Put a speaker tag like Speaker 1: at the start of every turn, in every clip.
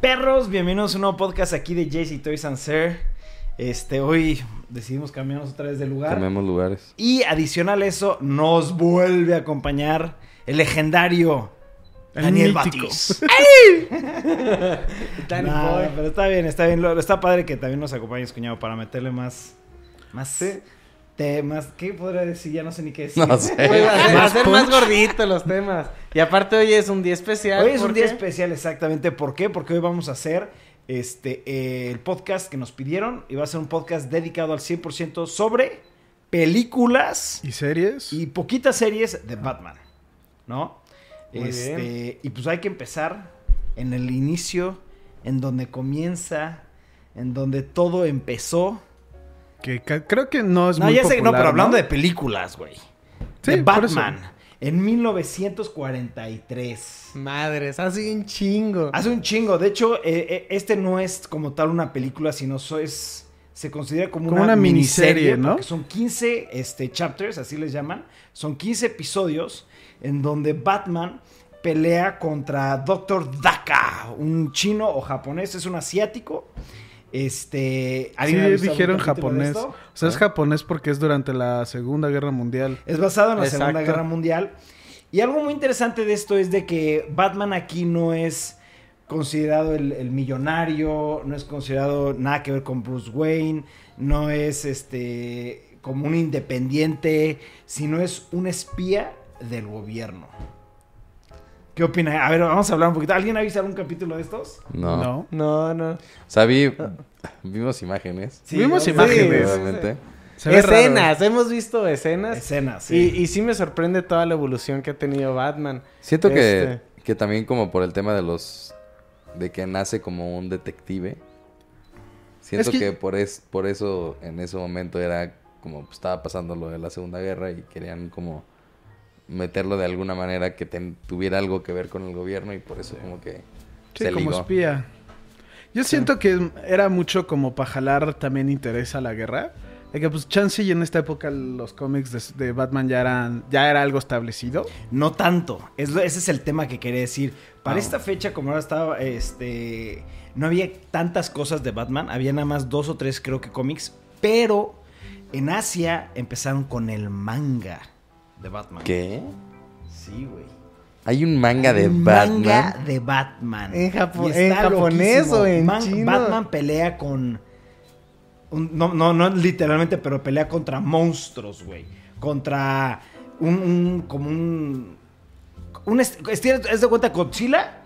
Speaker 1: Perros, bienvenidos a un nuevo podcast aquí de JC Toys and Sir. Este, hoy decidimos cambiarnos otra vez de lugar.
Speaker 2: Cambiamos lugares.
Speaker 1: Y adicional a eso, nos vuelve a acompañar el legendario
Speaker 3: El
Speaker 1: Daniel
Speaker 3: mítico.
Speaker 1: Batis.
Speaker 3: Danny
Speaker 1: Nah,
Speaker 3: Boy.
Speaker 1: pero está bien, está bien. Lo- Está padre que también nos acompañes, cuñado, para meterle más. Más temas. ¿Qué podría decir? Ya no sé ni qué decir.
Speaker 2: No sé.
Speaker 3: Pues, hacer,
Speaker 1: Más
Speaker 3: hacer más gordito los temas. Y aparte hoy es un día especial.
Speaker 1: Hoy es un
Speaker 3: ¿por
Speaker 1: día
Speaker 3: qué?
Speaker 1: especial, exactamente. ¿Por qué? Porque hoy vamos a hacer este eh, el podcast que nos pidieron y va a ser un podcast dedicado al 100% sobre películas
Speaker 3: ¿Y series?
Speaker 1: y poquitas series de Batman, ¿no?
Speaker 3: Muy
Speaker 1: Este, y pues hay que empezar en el inicio, en donde comienza, en donde todo empezó.
Speaker 3: Que ca- creo que no es
Speaker 1: no,
Speaker 3: muy
Speaker 1: ya sé,
Speaker 3: popular,
Speaker 1: que- no, pero hablando de películas, güey.
Speaker 3: Sí,
Speaker 1: de
Speaker 3: por eso.
Speaker 1: Batman en 1943.
Speaker 3: Madres, hace un chingo.
Speaker 1: Hace un chingo. De hecho, eh, eh, este no es como tal una película, sino so- es. Se considera como,
Speaker 3: Como
Speaker 1: una,
Speaker 3: una
Speaker 1: miniserie,
Speaker 3: miniserie,
Speaker 1: ¿no?
Speaker 3: ¿no?
Speaker 1: son 15 este, chapters, así les llaman. Son 15 episodios en donde Batman pelea contra Doctor Daka, un chino o japonés, es un asiático. Este.
Speaker 3: Sí,
Speaker 1: ¿alguien ha visto algún
Speaker 3: dijeron
Speaker 1: capítulo de
Speaker 3: japonés.
Speaker 1: esto? ¿Eh?
Speaker 3: O sea, es japonés porque es durante la Segunda Guerra Mundial.
Speaker 1: Es basado en la
Speaker 3: Exacto.
Speaker 1: Segunda Guerra Mundial. Y algo muy interesante de esto es de que Batman aquí no es considerado el, el millonario, no es considerado nada que ver con Bruce Wayne, no es este como un independiente, sino es un espía del gobierno. ¿Qué opina? A ver, vamos a hablar un poquito. ¿Alguien ha visto algún capítulo de estos?
Speaker 2: No. O
Speaker 3: No, no.
Speaker 2: sea, vi- vimos imágenes.
Speaker 1: Sí,
Speaker 3: Vimos
Speaker 1: sí,
Speaker 3: imágenes.
Speaker 2: Obviamente.
Speaker 3: Se ve raro,
Speaker 4: escenas, hemos visto escenas.
Speaker 1: Escenas, sí.
Speaker 4: Y, y sí me sorprende toda la evolución que ha tenido Batman.
Speaker 2: Siento que,
Speaker 4: Este.
Speaker 2: que también como por el tema de los... De que nace como un detective. Siento
Speaker 3: Es
Speaker 2: que,
Speaker 3: que-
Speaker 2: por, es, por eso en ese momento era como... pues, estaba pasando lo de la Segunda Guerra y querían como meterlo de alguna manera que ten- tuviera algo que ver con el gobierno y por eso como que
Speaker 3: Sí,
Speaker 2: se
Speaker 3: como
Speaker 2: ligó.
Speaker 3: espía. Yo siento que era mucho como para jalar también interés a la guerra. De que pues chance y en esta época los cómics de, de Batman ya eran ya era algo establecido.
Speaker 1: No tanto. Es lo- ese es el tema que quería decir. Para
Speaker 2: No.
Speaker 1: esta fecha, como ahora estaba, este, no había tantas cosas de Batman. Había nada más dos o tres, creo que cómics. Pero en Asia empezaron con el manga de Batman.
Speaker 2: ¿Qué?
Speaker 1: Sí, güey.
Speaker 2: Hay un manga de
Speaker 1: Un
Speaker 2: Batman.
Speaker 1: Manga de Batman.
Speaker 4: ¿En japo-
Speaker 1: Y está
Speaker 4: en japonés
Speaker 1: loquísimo.
Speaker 4: o en
Speaker 1: Man-
Speaker 4: chino?
Speaker 1: Batman pelea con. un- no, no, no literalmente, pero pelea contra monstruos, güey. Contra un, un- como un. un est- es, es de cuenta Godzilla.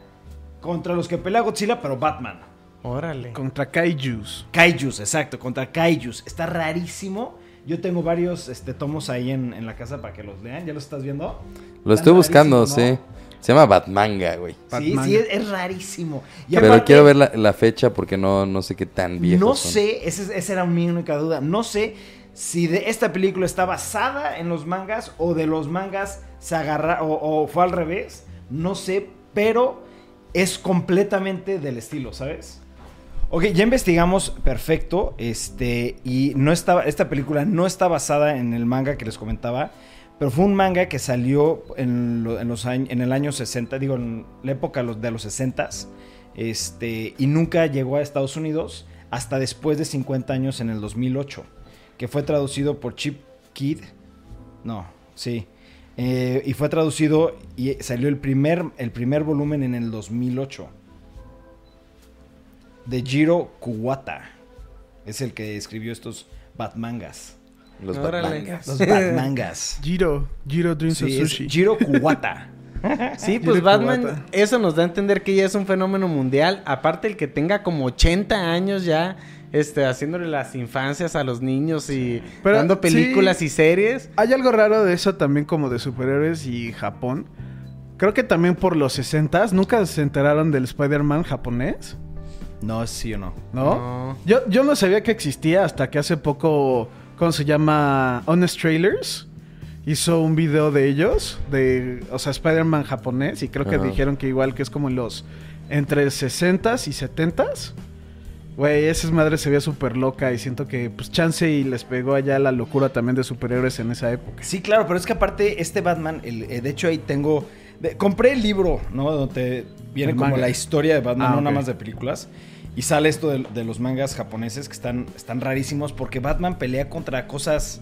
Speaker 1: Contra los que pelea Godzilla, pero Batman.
Speaker 4: Órale.
Speaker 3: Contra Kaijus.
Speaker 1: Kaijus, exacto, contra Kaijus. Está rarísimo. Yo tengo varios este, tomos ahí en, en la casa para que los lean. ¿Ya los estás viendo?
Speaker 2: Lo
Speaker 1: Está
Speaker 2: estoy buscando,
Speaker 1: rarísimo, ¿no?
Speaker 2: sí. Se llama Batmanga, güey.
Speaker 1: Sí,
Speaker 3: Batman.
Speaker 1: sí, es, es rarísimo. Y
Speaker 2: Pero
Speaker 1: aparte,
Speaker 2: quiero ver la, la fecha porque no, no sé qué tan viejo.
Speaker 1: No sé, ese- esa, era mi única duda. No sé si de esta película está basada en los mangas o de los mangas se agarra o, o fue al revés. No sé, pero es completamente del estilo, ¿sabes? Ok, ya investigamos perfecto. Este, y no estaba, esta película no está basada en el manga que les comentaba, pero fue un manga que salió en, lo- en los años, en el año 60, digo, en la época los- de los 60s, este, y nunca llegó a Estados Unidos hasta después de 50 años en el 2008, que fue traducido por Chip Kid. No, sí. eh, y fue traducido y salió el primer, el primer volumen en el 2008 de Jiro Kuwata. Es el que escribió estos Batmangas.
Speaker 2: Los
Speaker 4: Órale.
Speaker 2: Batmangas.
Speaker 1: Los Batmangas.
Speaker 3: Giro, Giro Dreams of
Speaker 1: Sí, es
Speaker 3: Sushi.
Speaker 1: Jiro Kuwata.
Speaker 4: Sí,
Speaker 3: Yuri
Speaker 4: pues
Speaker 3: Kubota.
Speaker 4: Batman, eso nos da a entender que ya es un fenómeno mundial. Aparte el que tenga como 80 años ya, este, haciéndole las infancias a los niños y
Speaker 3: Pero,
Speaker 4: dando películas
Speaker 3: sí.
Speaker 4: y series.
Speaker 3: Hay algo raro de eso también como de superhéroes y Japón. Creo que también por los 60 nunca se enteraron del Spider-Man japonés,
Speaker 1: No, sí o no.
Speaker 3: ¿no?
Speaker 4: No.
Speaker 3: Yo, yo no sabía que existía hasta que hace poco, ¿cómo se llama? Honest Trailers hizo un video de ellos, de, o sea, Spider-Man japonés, y creo que
Speaker 2: Ajá.
Speaker 3: dijeron que igual que es como en los entre 60 y 70 Güey, esa madre se veía súper loca y siento que, pues, chance y les pegó allá la locura también de superhéroes en esa época.
Speaker 1: Sí, claro, pero es que aparte este Batman, el- eh, de hecho ahí tengo de- compré el libro, ¿no? Donde te viene
Speaker 3: El
Speaker 1: como
Speaker 3: manga.
Speaker 1: la historia de Batman,
Speaker 3: Ah,
Speaker 1: no nada
Speaker 3: ok.
Speaker 1: más de películas. Y sale esto de, de los mangas japoneses que están, están rarísimos porque Batman pelea contra cosas...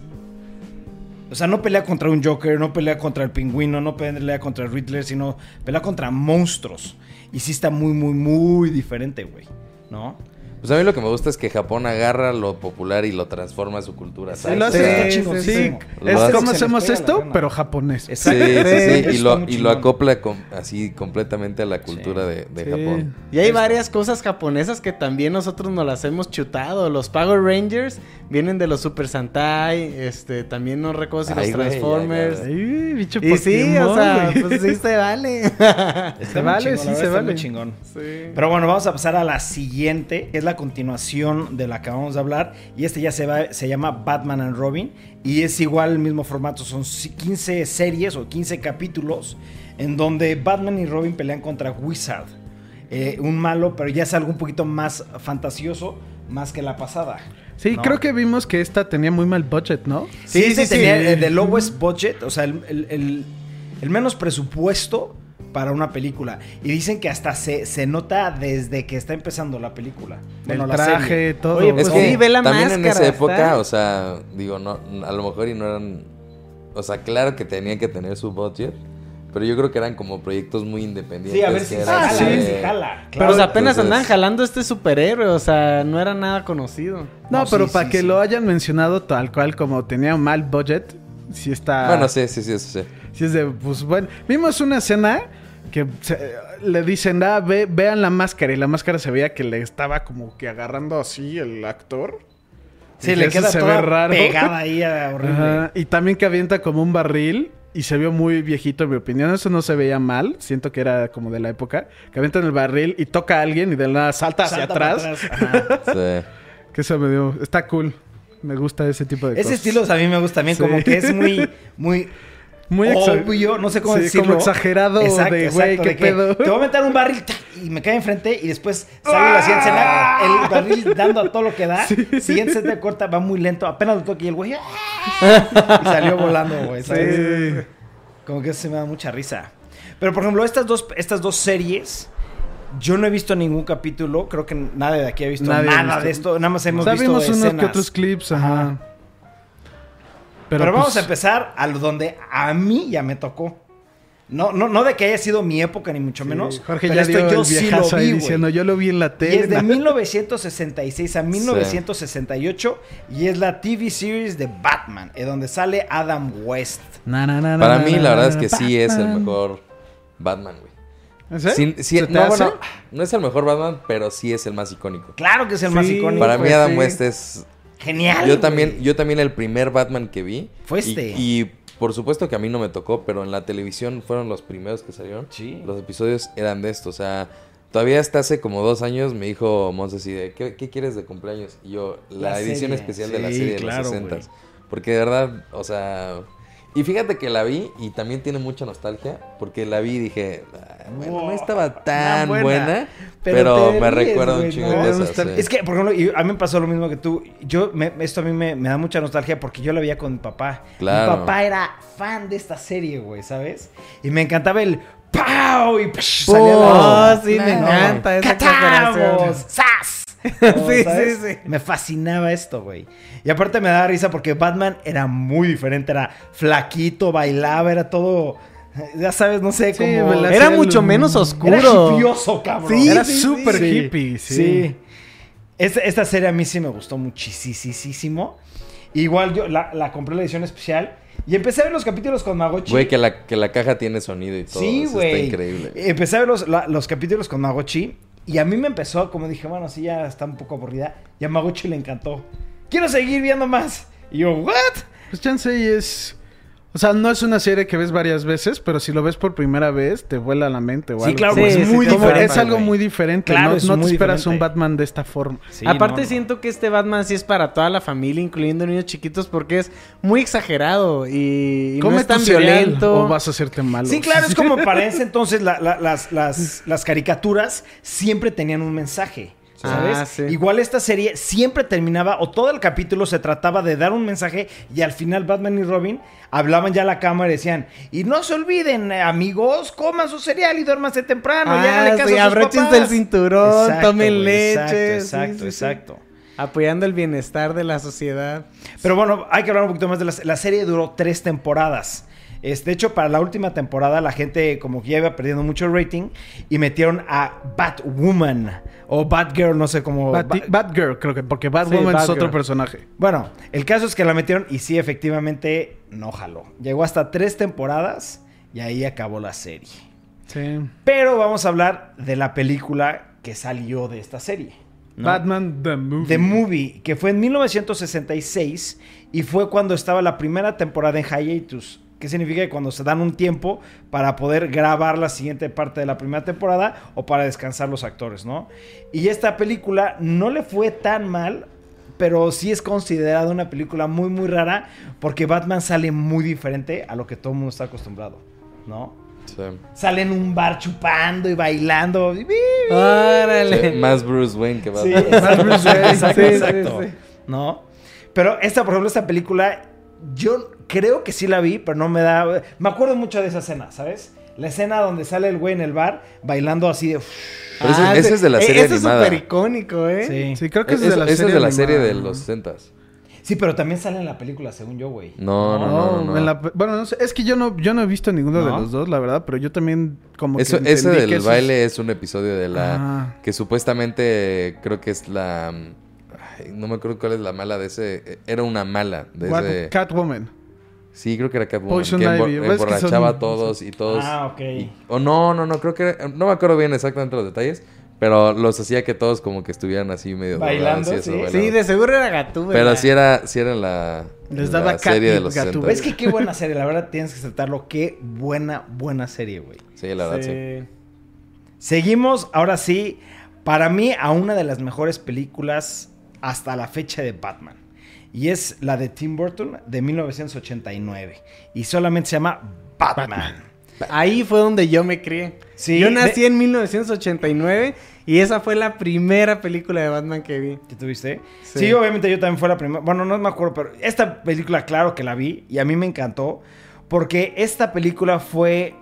Speaker 1: O sea, no pelea contra un Joker, no pelea contra el pingüino, no pelea contra el Riddler, sino pelea contra monstruos. Y sí está muy, muy, muy diferente, güey. ¿No?
Speaker 2: Pues a mí lo que me gusta es que Japón agarra lo popular y lo transforma a su cultura.
Speaker 1: Sí,
Speaker 2: ¿sabes?
Speaker 1: lo
Speaker 2: O
Speaker 1: hace
Speaker 2: sea,
Speaker 1: está
Speaker 3: Sí,
Speaker 1: chido,
Speaker 3: sí,
Speaker 1: sí.
Speaker 2: Lo
Speaker 3: Es
Speaker 2: hace-
Speaker 3: como
Speaker 1: Se les
Speaker 3: hacemos
Speaker 1: pega la
Speaker 3: esto,
Speaker 1: gana.
Speaker 3: pero japonés.
Speaker 1: Es-
Speaker 2: Sí, sí, sí.
Speaker 1: Sí,
Speaker 2: Y lo,
Speaker 1: está muy
Speaker 2: y lo
Speaker 1: chingón.
Speaker 2: acopla con- así completamente a la cultura de, de
Speaker 3: Sí.
Speaker 2: Japón.
Speaker 4: Y hay varias cosas japonesas que también nosotros nos las hemos chutado. Los Power Rangers vienen de los Super Sentai, este, también no recuerdo si
Speaker 2: Ay,
Speaker 4: los
Speaker 2: güey, ya,
Speaker 4: Transformers.
Speaker 2: ya,
Speaker 3: Ay, bicho
Speaker 4: Y sí, o
Speaker 3: Pokémon,
Speaker 4: sea,
Speaker 3: güey.
Speaker 4: pues sí se vale.
Speaker 1: Está muy
Speaker 3: vale,
Speaker 1: chingón, la verdad
Speaker 3: sí se
Speaker 1: está muy
Speaker 3: vale.
Speaker 1: chingón.
Speaker 4: Sí.
Speaker 1: Pero bueno, vamos a pasar a la siguiente, que es la continuación de la que vamos a hablar. Y este ya se, va, se llama Batman and Robin. Y es igual el mismo formato, son si- 15 series o 15 capítulos en donde Batman y Robin pelean contra Wizard. Eh, un malo, pero ya es algo un poquito más fantasioso, más que la pasada.
Speaker 3: Sí,
Speaker 1: ¿no?
Speaker 3: creo que vimos que esta tenía muy mal budget, ¿no?
Speaker 1: Sí,
Speaker 4: Sí,
Speaker 1: sí,
Speaker 4: sí,
Speaker 1: tenía
Speaker 4: sí.
Speaker 1: eh, the lowest budget, o sea, el, el- el- el menos presupuesto para una película. Y dicen que hasta se, se nota desde que está empezando la película.
Speaker 3: el
Speaker 1: la
Speaker 3: traje,
Speaker 1: serie.
Speaker 3: todo.
Speaker 4: Oye,
Speaker 2: Es
Speaker 4: Pues
Speaker 2: que
Speaker 4: sí, ve la
Speaker 2: también en
Speaker 4: máscara,
Speaker 2: esa
Speaker 4: está.
Speaker 2: época, o sea, digo, no, a lo mejor y no eran, o sea, claro que tenían que tener su budget, pero yo creo que eran como proyectos muy independientes.
Speaker 1: Sí, a ver si
Speaker 2: que eran
Speaker 1: jala,
Speaker 2: así
Speaker 3: Ah,
Speaker 1: a ver
Speaker 2: de-
Speaker 1: si jala.
Speaker 4: Pero o sea, apenas
Speaker 2: Entonces-
Speaker 4: andaban jalando este superhéroe, o sea, no era nada conocido.
Speaker 3: no,
Speaker 1: no,
Speaker 3: pero
Speaker 1: sí,
Speaker 3: para
Speaker 1: sí,
Speaker 3: que
Speaker 1: sí.
Speaker 3: lo hayan mencionado tal cual como tenía mal budget, sí está...
Speaker 2: Bueno, sí, sí, sí, eso sí.
Speaker 3: Sí, es de, pues bueno. Vimos una escena que se- le dicen, ah, ve- vean la máscara. Y la máscara se veía que le estaba como que agarrando así el actor.
Speaker 1: Sí,
Speaker 3: Y
Speaker 1: le
Speaker 3: eso
Speaker 1: queda
Speaker 3: se ve
Speaker 1: toda
Speaker 3: raro.
Speaker 1: pegada ahí a- horrible.
Speaker 3: Ajá. Y también que avienta como un barril. Y se vio muy viejito, en mi opinión. Eso no se veía mal. Siento que era como de la época. Que avientan el barril y toca a alguien y de la nada salta hacia
Speaker 1: Salta para
Speaker 3: atrás.
Speaker 1: atrás, ajá.
Speaker 2: sí.
Speaker 3: Que eso me dio. Está cool. Me gusta ese tipo de
Speaker 1: Ese
Speaker 3: cosas.
Speaker 1: estilo a mí me gusta también,
Speaker 3: Sí.
Speaker 1: como que es muy, muy
Speaker 3: muy exa-
Speaker 1: obvio, no sé cómo
Speaker 3: sí,
Speaker 1: decirlo.
Speaker 3: Como exagerado
Speaker 1: Exacto,
Speaker 3: de, güey,
Speaker 1: exacto,
Speaker 3: qué
Speaker 1: de que
Speaker 3: pedo.
Speaker 1: Te voy a meter un barril ta, y me cae enfrente y después salgo la siguiente escena, el barril dando a todo lo que da. Siguiente escena corta, va muy lento, apenas lo toque y el güey ¡ah! y salió volando, güey. ¿sabes?
Speaker 3: Sí.
Speaker 1: Como que eso se me da mucha risa. Pero por ejemplo, estas dos, estas dos series, yo no he visto ningún capítulo, creo que nadie de aquí ha visto
Speaker 3: Nadie
Speaker 1: nada
Speaker 3: ha visto.
Speaker 1: de esto, nada más hemos
Speaker 3: Sabemos
Speaker 1: visto
Speaker 3: unos
Speaker 1: escenas.
Speaker 3: que otros clips, ajá.
Speaker 1: Pero, vamos a
Speaker 3: pues,
Speaker 1: empezar a lo donde a mí ya me tocó. No, no, no de que haya sido mi época, ni mucho menos.
Speaker 3: sí, Jorge
Speaker 1: pero
Speaker 3: ya
Speaker 1: esto
Speaker 3: dio
Speaker 1: yo
Speaker 3: el
Speaker 1: sí
Speaker 3: viejazo
Speaker 1: lo
Speaker 3: ahí
Speaker 1: vi, güey.
Speaker 3: diciendo, yo lo vi en la
Speaker 1: Y
Speaker 3: tele.
Speaker 1: es de 1966 a 1968 y es la TV series de Batman, en donde sale Adam West.
Speaker 3: Na, na, na, na,
Speaker 2: Para
Speaker 3: na,
Speaker 2: mí,
Speaker 3: na,
Speaker 2: la verdad es
Speaker 3: na,
Speaker 2: que sí es el
Speaker 3: Batman.
Speaker 2: mejor Batman, güey.
Speaker 3: ¿En serio?
Speaker 2: Sí, sí,
Speaker 3: ¿Se te
Speaker 2: no,
Speaker 3: hace?
Speaker 2: bueno, no es el mejor Batman, pero sí es el más icónico.
Speaker 1: Claro que es el más
Speaker 3: Sí,
Speaker 1: icónico.
Speaker 2: Para mí,
Speaker 3: pues,
Speaker 2: Adam
Speaker 3: sí.
Speaker 2: West es.
Speaker 1: Genial.
Speaker 2: Yo
Speaker 1: güey.
Speaker 2: también, yo también el primer Batman que vi.
Speaker 1: Fue
Speaker 2: Y-
Speaker 1: este.
Speaker 2: Y, por supuesto que a mí no me tocó, pero en la televisión fueron los primeros que salieron.
Speaker 1: Sí.
Speaker 2: Los episodios eran de esto, o sea. Todavía hasta hace como dos años me dijo Monse así de, ¿qué, qué quieres de cumpleaños? Y yo, la,
Speaker 1: La
Speaker 2: edición
Speaker 1: serie.
Speaker 2: especial de la
Speaker 1: Sí,
Speaker 2: serie de
Speaker 1: claro,
Speaker 2: los
Speaker 1: güey.
Speaker 2: 60 Porque de verdad, o sea... Y fíjate que la vi y también tiene mucha nostalgia, porque la vi y dije, "Ah, bueno, no
Speaker 1: Wow,
Speaker 2: estaba tan
Speaker 1: Oh, buena,
Speaker 2: buena,
Speaker 1: pero
Speaker 2: pero,
Speaker 1: te
Speaker 2: me
Speaker 1: ríes,
Speaker 2: recuerda
Speaker 1: güey,
Speaker 2: un chingo
Speaker 1: ¿no?
Speaker 2: de
Speaker 3: Me
Speaker 2: cosas.
Speaker 3: gusta-
Speaker 2: sí.
Speaker 1: Es que, por ejemplo, y a mí me pasó lo mismo que tú. Yo, me- esto a mí me, me da mucha nostalgia porque yo la veía con mi papá.
Speaker 2: Claro.
Speaker 1: Mi papá era fan de esta serie, güey, ¿sabes? Y me encantaba el ¡Pau! Y psh, salía
Speaker 4: Oh,
Speaker 1: la-
Speaker 4: sí, me encanta esa
Speaker 1: ¡Catamos!
Speaker 4: comparación.
Speaker 1: ¡Sas!
Speaker 4: Sí,
Speaker 1: ¿sabes?
Speaker 4: sí, sí.
Speaker 1: Me fascinaba esto, güey. Y aparte me daba risa porque Batman era muy diferente. Era flaquito, bailaba, era todo... Ya sabes, no sé,
Speaker 3: Sí,
Speaker 1: como...
Speaker 3: me la
Speaker 1: Era
Speaker 4: Era
Speaker 3: el-
Speaker 4: mucho menos
Speaker 1: era
Speaker 4: oscuro.
Speaker 1: hippioso, cabrón.
Speaker 4: Sí,
Speaker 3: Era
Speaker 4: sí, sí.
Speaker 3: súper
Speaker 1: Sí,
Speaker 3: hippie, sí.
Speaker 1: Esta, esta serie a mí sí me gustó muchísimo. Igual yo la, la compré la edición especial y empecé a ver los capítulos con Magochi.
Speaker 2: Güey, que la, que la caja tiene sonido y todo.
Speaker 1: sí,
Speaker 2: eso
Speaker 1: güey.
Speaker 2: Está increíble.
Speaker 3: Eh,
Speaker 1: Empecé a ver los, la- los capítulos con Magochi y a mí me empezó, como dije, bueno, sí, ya está un poco aburrida. Y a Magochi le encantó. Quiero seguir viendo más. Y yo, ¿what?
Speaker 3: Pues chance y es... O sea, no es una serie que ves varias veces, pero si lo ves por primera vez, te vuela la mente o
Speaker 1: Sí,
Speaker 3: algo.
Speaker 1: claro,
Speaker 4: Sí,
Speaker 1: porque es
Speaker 4: sí,
Speaker 1: muy
Speaker 4: sí,
Speaker 3: Como-
Speaker 1: diferente.
Speaker 3: Es algo
Speaker 1: güey.
Speaker 3: muy diferente.
Speaker 1: Claro,
Speaker 3: no
Speaker 1: es
Speaker 3: no te
Speaker 1: muy
Speaker 3: esperas
Speaker 1: diferente.
Speaker 3: un Batman de esta forma.
Speaker 1: Sí,
Speaker 4: Aparte
Speaker 1: no, no.
Speaker 4: siento que este Batman sí es para toda la familia, incluyendo niños chiquitos, porque es muy exagerado y, y no
Speaker 3: Come
Speaker 4: es tan
Speaker 3: tu cereal
Speaker 4: violento.
Speaker 3: O vas a hacerte malo.
Speaker 1: Sí, claro, es como para ese entonces la- la- las, las- las caricaturas siempre tenían un mensaje. ¿sabes?
Speaker 4: Ah, sí.
Speaker 1: Igual esta serie siempre terminaba o todo el capítulo se trataba de dar un mensaje y al final Batman y Robin hablaban ya a la cámara y decían, y no se olviden, eh, amigos, coman su cereal y duérmanse temprano, y
Speaker 4: Ah,
Speaker 1: háganle caso
Speaker 4: sí,
Speaker 1: a sus
Speaker 4: abróchense
Speaker 1: papás".
Speaker 4: el cinturón,
Speaker 1: Exacto,
Speaker 4: tomen
Speaker 1: güey, exacto,
Speaker 4: leche. sí,
Speaker 1: Exacto,
Speaker 4: sí, sí.
Speaker 1: exacto.
Speaker 4: Apoyando el bienestar de la sociedad.
Speaker 1: Pero bueno, hay que hablar un poquito más de la, la serie. Duró tres temporadas. Es, de hecho, para la última temporada la gente como que ya iba perdiendo mucho rating y metieron a Batwoman o Batgirl, no sé cómo.
Speaker 3: Bat-
Speaker 1: Ba-
Speaker 3: Batgirl, creo que, porque Batwoman es
Speaker 4: Batgirl.
Speaker 3: otro personaje.
Speaker 1: bueno, el caso es que la metieron y sí, efectivamente, no jaló. Llegó hasta tres temporadas y ahí acabó la serie.
Speaker 3: Sí.
Speaker 1: Pero vamos a hablar de la película que salió de esta serie. ¿no?
Speaker 3: Batman The Movie.
Speaker 1: The Movie, que fue en 1966 y fue cuando estaba la primera temporada en hiatus. Que significa que cuando se dan un tiempo para poder grabar la siguiente parte de la primera temporada o para descansar los actores, ¿no? Y esta película no le fue tan mal, pero sí es considerada una película muy, muy rara porque Batman sale muy diferente a lo que todo el mundo está acostumbrado, ¿no?
Speaker 2: Sí.
Speaker 1: Sale en un bar chupando y bailando.
Speaker 4: Órale.
Speaker 2: Sí, Más Bruce Wayne que
Speaker 1: Sí,
Speaker 2: Batman.
Speaker 1: exacto, exacto,
Speaker 4: Sí, sí,
Speaker 1: exacto.
Speaker 4: sí.
Speaker 1: ¿No? Pero esta, por ejemplo, esta película, yo creo que sí la vi, pero no me da. Me acuerdo mucho de esa escena, ¿sabes? La escena donde sale el güey en el bar bailando así de.
Speaker 2: Pero ese-
Speaker 3: Ah,
Speaker 2: ese es de la
Speaker 4: sí.
Speaker 2: serie
Speaker 4: Eh, ese
Speaker 2: animada.
Speaker 4: es súper icónico, ¿eh?
Speaker 3: Sí, creo que
Speaker 2: Es-
Speaker 3: es, de la
Speaker 2: esa es
Speaker 3: serie.
Speaker 2: de la serie de
Speaker 3: animada.
Speaker 2: los 60
Speaker 1: Sí, pero también sale en la película, según yo, güey.
Speaker 2: No, no, no, no. no.
Speaker 3: en la- bueno, no sé, es que yo no, yo no he visto ninguno de
Speaker 1: ¿No?
Speaker 3: los dos, la verdad, pero yo también como
Speaker 2: Eso,
Speaker 3: que
Speaker 2: ese
Speaker 3: entendí
Speaker 2: del
Speaker 3: que eso es-
Speaker 2: baile es... un episodio de la...
Speaker 3: Ah.
Speaker 2: Que supuestamente eh, creo que es la... ay, no me acuerdo cuál es la mala de ese... eh, Era una mala de
Speaker 3: What-
Speaker 2: ese...
Speaker 3: Catwoman.
Speaker 2: Sí, creo que era Catwoman.
Speaker 3: Poison
Speaker 2: que embo-
Speaker 3: Ivy, ves que son-
Speaker 2: emborrachaba a todos y todos...
Speaker 1: Ah, ok.
Speaker 2: y- o no, no, no, creo que... era- no me acuerdo bien exactamente los detalles, pero los hacía que todos como que estuvieran así medio...
Speaker 1: Bailando,
Speaker 2: drogados y eso,
Speaker 1: sí.
Speaker 2: bailando.
Speaker 4: Sí, de seguro era Gatú,
Speaker 2: Pero sí era, sí era la,
Speaker 3: Les
Speaker 2: la
Speaker 3: daba
Speaker 2: serie de
Speaker 3: catnip,
Speaker 2: los
Speaker 3: gatú.
Speaker 2: 60.
Speaker 1: Es que qué buena serie, la verdad tienes que aceptarlo. Qué buena, buena serie, güey.
Speaker 2: Sí, la verdad, sí.
Speaker 1: Seguimos ahora sí, para mí, a una de las mejores películas hasta la fecha de Batman. Y es la de Tim Burton de 1989. Y solamente se llama Batman.
Speaker 4: Ahí fue donde yo me crié.
Speaker 1: Sí,
Speaker 4: yo nací
Speaker 1: de-
Speaker 4: en 1989 y esa fue la primera película de Batman que vi.
Speaker 1: ¿Qué tuviste? Sí.
Speaker 4: Sí.
Speaker 1: obviamente yo también fue la primera. Bueno, no me acuerdo, pero esta película, claro que la vi y a mí me encantó. Porque esta película fue.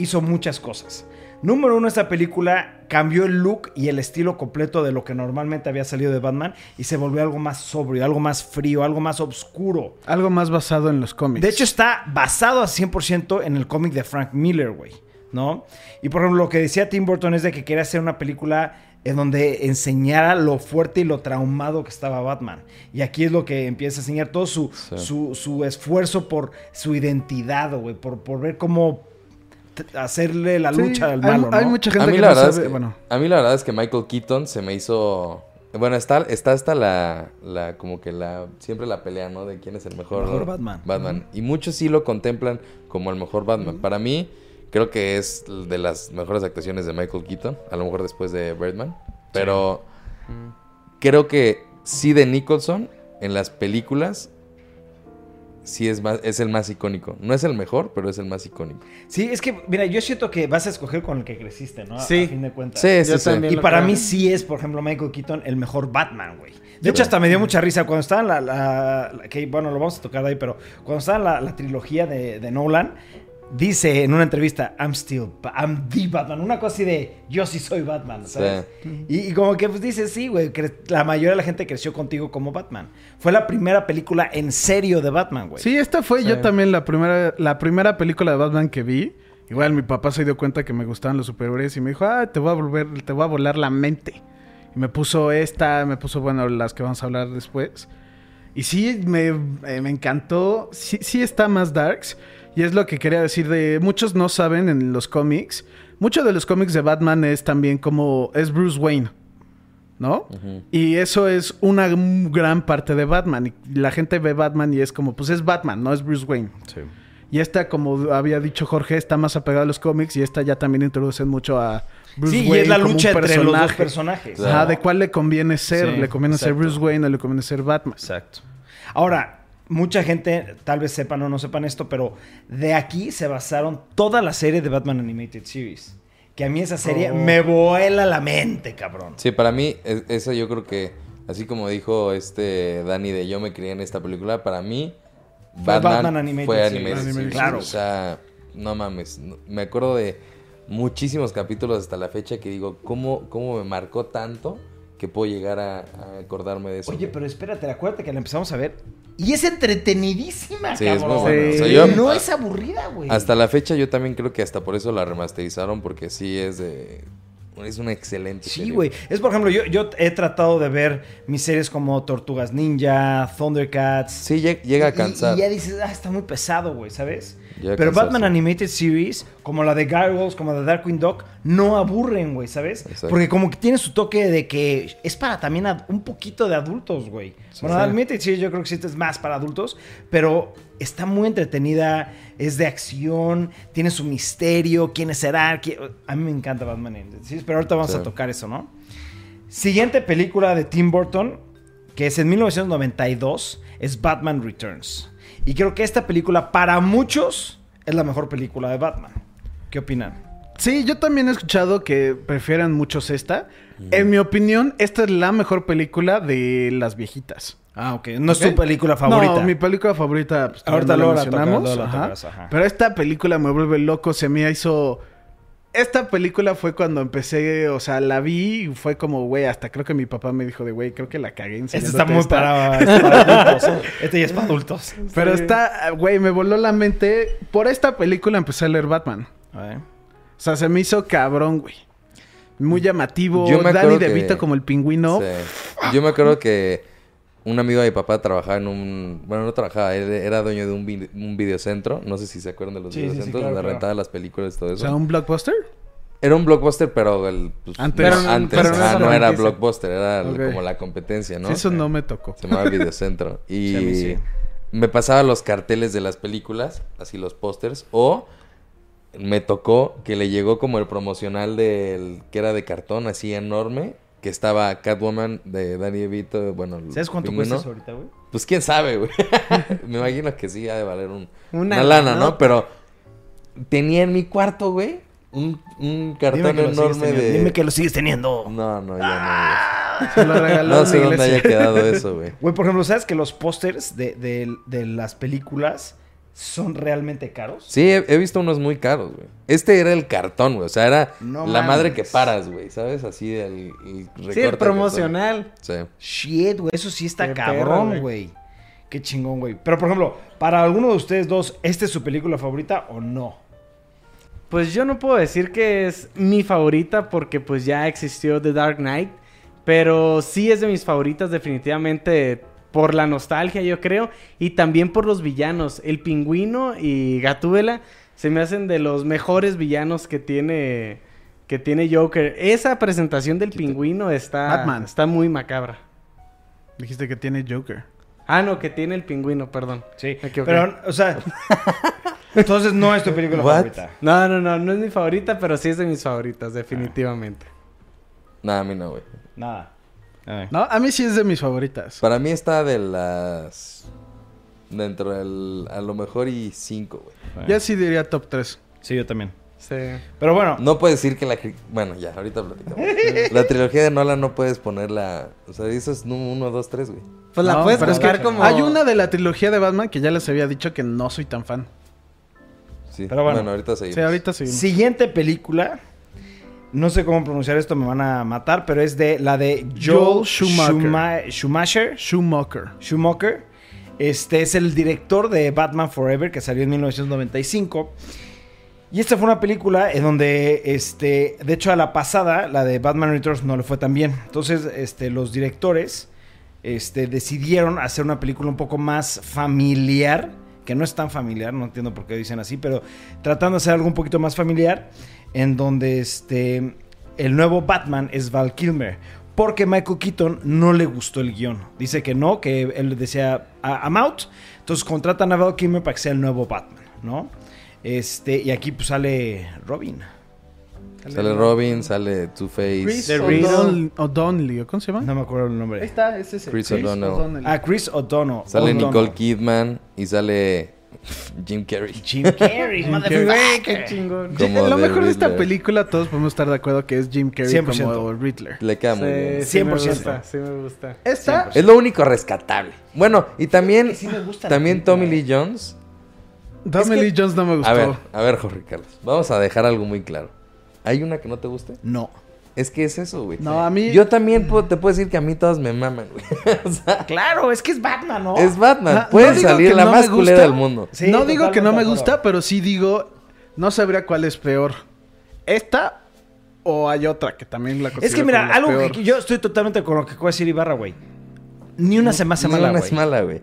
Speaker 1: hizo muchas cosas. Número uno, esta película cambió el look y el estilo completo de lo que normalmente había salido de Batman y se volvió algo más sobrio, algo más frío, algo más oscuro.
Speaker 3: Algo más basado en los cómics.
Speaker 1: De hecho, está basado a 100% en el cómic de Frank Miller, güey, ¿no? Y por ejemplo, lo que decía Tim Burton es de que quería hacer una película en donde enseñara lo fuerte y lo traumado que estaba Batman. Y aquí es lo que empieza a enseñar todo su,
Speaker 2: Sí.
Speaker 1: su, su esfuerzo por su identidad, güey, por, por ver cómo t- hacerle la
Speaker 3: Sí,
Speaker 1: lucha al
Speaker 3: hay-
Speaker 1: malo,
Speaker 3: hay,
Speaker 1: ¿no?
Speaker 3: mucha
Speaker 2: A
Speaker 3: gente
Speaker 2: mí,
Speaker 3: que
Speaker 2: la
Speaker 3: no
Speaker 2: verdad
Speaker 3: sabe,
Speaker 2: es que,
Speaker 3: bueno,
Speaker 2: a mí la verdad es que Michael Keaton se me hizo... Bueno, está, está hasta la, la... Como que la... Siempre la pelea, ¿no? De quién es el mejor...
Speaker 1: Mejor Batman.
Speaker 2: Y muchos sí lo contemplan como el mejor Batman. Para mí, creo que es de las mejores actuaciones de Michael Keaton. A lo mejor después de Birdman. Pero... Creo que sí de Nicholson en las películas... Sí es, más, es el más icónico. No es el mejor, pero es el más icónico.
Speaker 1: Sí, es que, mira, yo siento que vas a escoger con el que creciste, ¿no? A-
Speaker 4: Sí.
Speaker 1: A fin de cuentas.
Speaker 2: Sí, sí,
Speaker 4: Yo
Speaker 2: sí.
Speaker 4: también.
Speaker 1: Y
Speaker 4: lo
Speaker 1: para
Speaker 4: creo.
Speaker 1: mí sí es, por ejemplo, Michael Keaton el mejor Batman, güey. De
Speaker 2: Sí.
Speaker 1: hecho, hasta me
Speaker 3: mm.
Speaker 1: dio mucha risa cuando estaba la, la- la- que, bueno, lo vamos a tocar de ahí, pero cuando estaba la, la trilogía de, de Nolan, dice en una entrevista, I'm still, Ba- I'm the Batman. Una cosa así de, yo sí soy Batman, ¿sabes? Y, y como que pues dice, sí, güey, cre- la mayoría de la gente creció contigo como Batman. Fue la primera película en serio de Batman, güey.
Speaker 3: Sí, esta fue
Speaker 4: Sí.
Speaker 3: yo también la primera, la primera película de Batman que vi. Igual mi papá se dio cuenta que me gustaban los superhéroes y me dijo, ah, te voy a volver, te voy a volar la mente. Y me puso esta, me puso, bueno, las que vamos a hablar después. Y sí, me, eh, me encantó. Sí, sí está más darks. Y es lo que quería decir de... Muchos no saben en los cómics. Muchos de los cómics de Batman es también como... Es Bruce Wayne. ¿No? Y eso es una m- gran parte de Batman. Y la gente ve Batman y es como... Pues es Batman, no es Bruce Wayne. Y esta, como había dicho Jorge, está más apegada a los cómics. Y esta ya también introducen mucho a Bruce
Speaker 1: Sí,
Speaker 3: Wayne
Speaker 1: y es la
Speaker 3: como un
Speaker 1: lucha entre los dos
Speaker 3: personaje.
Speaker 1: personajes.
Speaker 3: Ajá, de cuál le conviene ser.
Speaker 1: Sí,
Speaker 3: ¿Le conviene
Speaker 1: exacto.
Speaker 3: ser Bruce Wayne o le conviene ser Batman?
Speaker 1: Exacto. Ahora, mucha gente tal vez sepan o no sepan esto, pero de aquí se basaron toda la serie de Batman Animated Series. que a mí esa
Speaker 2: Oh.
Speaker 1: serie me vuela la mente, cabrón.
Speaker 2: Sí, para mí, es- esa yo creo que, así como dijo este Dani de yo me crié en esta película, para mí,
Speaker 1: Fue
Speaker 2: Batman,
Speaker 1: Batman Animated
Speaker 2: fue
Speaker 1: Series.
Speaker 2: Animated
Speaker 3: Animated
Speaker 2: Series.
Speaker 1: Claro.
Speaker 2: O sea, no mames, no- me acuerdo de muchísimos capítulos hasta la fecha que digo, ¿cómo, cómo me marcó tanto que puedo llegar a, a acordarme de eso?
Speaker 1: Oye, pero espérate, acuérdate que la empezamos a ver. Y es entretenidísima,
Speaker 2: Sí, es
Speaker 1: cabrón.
Speaker 2: muy buena.
Speaker 3: O sea,
Speaker 2: yo-
Speaker 1: no
Speaker 2: a-
Speaker 1: es aburrida, güey.
Speaker 2: Hasta la fecha yo también creo que hasta por eso la remasterizaron, porque sí es de... Es una excelente
Speaker 1: Sí,
Speaker 2: serie.
Speaker 1: güey. Es por ejemplo, yo, yo he tratado de ver mis series como Tortugas Ninja, Thundercats.
Speaker 2: Sí, lleg- llega a
Speaker 1: Y-
Speaker 2: cansar.
Speaker 1: Y, ya dices, ah, está muy pesado, güey, ¿sabes?
Speaker 2: Llega a
Speaker 1: Pero
Speaker 2: cansar,
Speaker 1: Batman
Speaker 2: sí.
Speaker 1: Animated Series, como la de Gargoyles, como la de Darkwing Duck, no aburren, güey, ¿sabes?
Speaker 2: Exacto.
Speaker 1: Porque como que tiene su toque de que es para también ad- un poquito de adultos, güey. bueno, la
Speaker 2: Sí.
Speaker 1: Animated Series yo creo que sí es más para adultos, pero está muy entretenida, es de acción, tiene su misterio, quién será, ¿Quién- a mí me encanta Batman Animated Series, pero ahorita vamos
Speaker 2: Sí.
Speaker 1: a tocar eso, ¿no? Siguiente película de Tim Burton, que es en 1992, es Batman Returns. Y creo que esta película, para muchos, es la mejor película de Batman. ¿Qué opinan?
Speaker 3: Sí, yo también he escuchado que prefieren muchos esta.
Speaker 1: Mm.
Speaker 3: En mi opinión, esta es la mejor película de las viejitas.
Speaker 1: Ah, ok. No es
Speaker 3: ¿Ok?
Speaker 1: tu película favorita.
Speaker 3: No, mi película favorita. pues,
Speaker 1: Ahorita
Speaker 3: no
Speaker 1: luego la
Speaker 3: mencionamos,
Speaker 1: tocas, luego la
Speaker 3: ajá.
Speaker 1: tocas, ajá.
Speaker 3: Pero esta película me vuelve loco. Se me hizo. Esta película fue cuando empecé, o sea, la vi y fue como, güey, hasta creo que mi papá me dijo de, güey, creo que la cagué en
Speaker 1: Esta está muy
Speaker 3: esta.
Speaker 1: para, es para adultos. ¿eh? Esta ya es para adultos.
Speaker 3: Pero está, güey, me voló la mente. Por esta película empecé a leer Batman.
Speaker 1: A ver.
Speaker 3: O sea, se me hizo cabrón, güey. Muy llamativo.
Speaker 2: Yo me acuerdo
Speaker 3: Danny
Speaker 2: que-
Speaker 3: DeVito como el pingüino.
Speaker 2: Sí. Yo me acuerdo que un amigo de mi papá trabajaba en un... Bueno, no trabajaba, él era dueño de un, vi- un videocentro. No sé si se acuerdan de los
Speaker 1: Sí, sí, sí,
Speaker 2: videocentros
Speaker 1: claro,
Speaker 2: donde
Speaker 1: claro.
Speaker 2: rentaban las películas y todo
Speaker 3: O
Speaker 2: eso.
Speaker 3: sea, un blockbuster.
Speaker 2: Era un blockbuster, pero el... pues,
Speaker 3: Antes.
Speaker 2: no,
Speaker 3: Pero no-
Speaker 2: antes.
Speaker 3: pero no
Speaker 2: Ajá,
Speaker 3: es
Speaker 2: no era
Speaker 3: franquicia.
Speaker 2: blockbuster, era el-
Speaker 3: Ok.
Speaker 2: como la competencia, ¿no?
Speaker 3: Sí, eso no me tocó.
Speaker 2: Se llamaba Videocentro. Y
Speaker 1: Sí, a mí sí.
Speaker 2: me pasaba los carteles de las películas, así los pósters, o me tocó que le llegó como el promocional del que era de cartón, así enorme, que estaba Catwoman de Danny DeVito, bueno, el
Speaker 1: ¿Sabes cuánto
Speaker 2: pingüino.
Speaker 1: cuesta eso ahorita, güey?
Speaker 2: Pues quién sabe, güey. me imagino que sí ha de valer un-
Speaker 4: Una
Speaker 2: una, lana, ¿no?
Speaker 4: lanota.
Speaker 2: Pero tenía en mi cuarto, güey, un, un
Speaker 1: Dime
Speaker 2: cartón
Speaker 1: que lo sigues
Speaker 2: enorme
Speaker 1: teniendo.
Speaker 2: de
Speaker 1: Dime que lo Ah, sigues teniendo.
Speaker 2: No, no, ya
Speaker 3: Se lo
Speaker 2: no.
Speaker 3: regaló
Speaker 2: güey. No
Speaker 3: a
Speaker 2: sé
Speaker 3: la
Speaker 2: dónde
Speaker 3: iglesia.
Speaker 2: haya quedado eso, güey.
Speaker 1: Güey, por ejemplo, ¿sabes que los pósters de, de- de las películas son realmente caros?
Speaker 2: Sí, he, he visto unos muy caros, güey. Este era el cartón, güey. O sea, era
Speaker 1: No
Speaker 2: la
Speaker 1: mames.
Speaker 2: madre que paras, güey. ¿Sabes? Así el, el recorte
Speaker 4: Sí,
Speaker 2: de
Speaker 4: el
Speaker 2: cartón.
Speaker 4: promocional.
Speaker 2: Sí.
Speaker 1: Shit, güey. Eso sí está
Speaker 4: Qué
Speaker 1: cabrón,
Speaker 4: perro,
Speaker 1: güey. Qué chingón, güey. Pero, por ejemplo, para alguno de ustedes dos, ¿esta es su película favorita o no?
Speaker 4: Pues yo no puedo decir que es mi favorita porque pues ya existió The Dark Knight, pero sí es de mis favoritas definitivamente por la nostalgia yo creo y también por los villanos. El pingüino y Gatúbela se me hacen de los mejores villanos que tiene que tiene Joker. Esa presentación del pingüino está
Speaker 3: Batman.
Speaker 4: está muy macabra.
Speaker 3: Dijiste que tiene Joker.
Speaker 4: Ah, no, que tiene el pingüino, perdón.
Speaker 1: Sí.
Speaker 4: Me equivoqué.
Speaker 1: Pero, o sea. entonces no es tu película
Speaker 2: What?
Speaker 1: favorita.
Speaker 4: No, no, no, no es mi favorita, pero sí es de mis favoritas definitivamente.
Speaker 2: Nada, a mí no, güey.
Speaker 1: Nada.
Speaker 3: No, a mí sí es de mis favoritas.
Speaker 2: Para mí está de las. Dentro del. A lo mejor y cinco, güey.
Speaker 3: Yo sí diría top 3.
Speaker 1: Sí, yo también.
Speaker 4: Sí.
Speaker 1: Pero bueno.
Speaker 2: No puedes decir que la. cri- Bueno, ya, ahorita platicamos. la trilogía de Nolan no puedes ponerla. O sea, eso es nu- uno, dos, tres, güey.
Speaker 4: Pues la
Speaker 3: No,
Speaker 4: puedes
Speaker 3: pero es que
Speaker 4: buscar como.
Speaker 3: Hay una de la trilogía de Batman que ya les había dicho que no soy tan fan.
Speaker 2: Sí. pues.
Speaker 1: Pero bueno.
Speaker 2: ahorita seguimos.
Speaker 3: Sí, ahorita seguimos.
Speaker 1: Siguiente película. No sé cómo pronunciar esto, me van a matar, pero es de la de Joel
Speaker 3: Joel Schumacher.
Speaker 1: Schuma- Schumacher.
Speaker 3: Schumacher.
Speaker 1: Schumacher. Este es el director de Batman Forever que salió en 1995. Y esta fue una película en donde, este, de hecho a la pasada, la de Batman Returns no le fue tan bien. Entonces, este, los directores, este, decidieron hacer una película un poco más familiar, que no es tan familiar, no entiendo por qué dicen así, pero tratando de hacer algo un poquito más familiar, en donde, este, el nuevo Batman es Val Kilmer. Porque Michael Keaton no le gustó el guión. Dice que no, que él decía, "I- I'm out. Entonces contratan a Val Kilmer para que sea el nuevo Batman, ¿no? Este, y aquí pues sale Robin.
Speaker 2: Sale Robin, sale Two-Face.
Speaker 3: Chris
Speaker 4: The Riddle.
Speaker 3: O'Donnell- O'Donnell, ¿cómo se llama?
Speaker 1: No me acuerdo el nombre.
Speaker 3: está, es ese.
Speaker 2: Chris O'Donnell.
Speaker 1: Ah, Chris O'Donnell.
Speaker 2: Sale
Speaker 1: O'Donnell.
Speaker 2: Nicole Kidman y sale Jim Carrey.
Speaker 1: Jim Carrey,
Speaker 4: Güey,
Speaker 1: motherfucker.
Speaker 4: qué chingón.
Speaker 2: Como
Speaker 3: lo
Speaker 2: de
Speaker 3: mejor de esta
Speaker 2: Riddler.
Speaker 3: película, todos podemos estar de acuerdo que es Jim Carrey
Speaker 1: 100%.
Speaker 3: como Riddler.
Speaker 2: Le queda muy bien.
Speaker 4: Sí, sí me
Speaker 1: 100%.
Speaker 4: gusta, sí me gusta.
Speaker 3: Esta,
Speaker 2: Es lo único rescatable. Bueno, y también,
Speaker 1: que sí me gusta la
Speaker 2: también
Speaker 1: película,
Speaker 2: Tommy
Speaker 1: eh.
Speaker 2: Lee Jones.
Speaker 3: Tommy Lee Jones no me gustó.
Speaker 2: A ver, a ver, Jorge Carlos. Vamos a dejar algo muy claro. ¿Hay una que no te guste?
Speaker 1: No.
Speaker 2: Es que es eso, güey.
Speaker 3: No, a mí-
Speaker 2: Yo también puedo- te puedo decir que a mí todas me maman, güey. O sea,
Speaker 1: Claro, es que es Batman, ¿no?
Speaker 2: es Batman.
Speaker 3: No,
Speaker 2: Puede
Speaker 3: no digo
Speaker 2: salir
Speaker 3: que
Speaker 2: la
Speaker 3: no me
Speaker 2: más culera
Speaker 3: gusta.
Speaker 2: del mundo.
Speaker 1: Sí,
Speaker 3: no digo que no me
Speaker 1: totalmente de
Speaker 3: gusta,
Speaker 1: acuerdo.
Speaker 3: pero sí digo, no sabría cuál es peor. ¿Esta o hay otra que también la
Speaker 1: Es que
Speaker 3: considero
Speaker 1: mira,
Speaker 3: como la
Speaker 1: algo
Speaker 3: peor?
Speaker 1: que yo estoy totalmente con lo que acaba de decir Ibarra, güey. Ni una se me hace
Speaker 2: Ni
Speaker 1: mala,
Speaker 2: una es
Speaker 1: güey.
Speaker 2: mala, güey.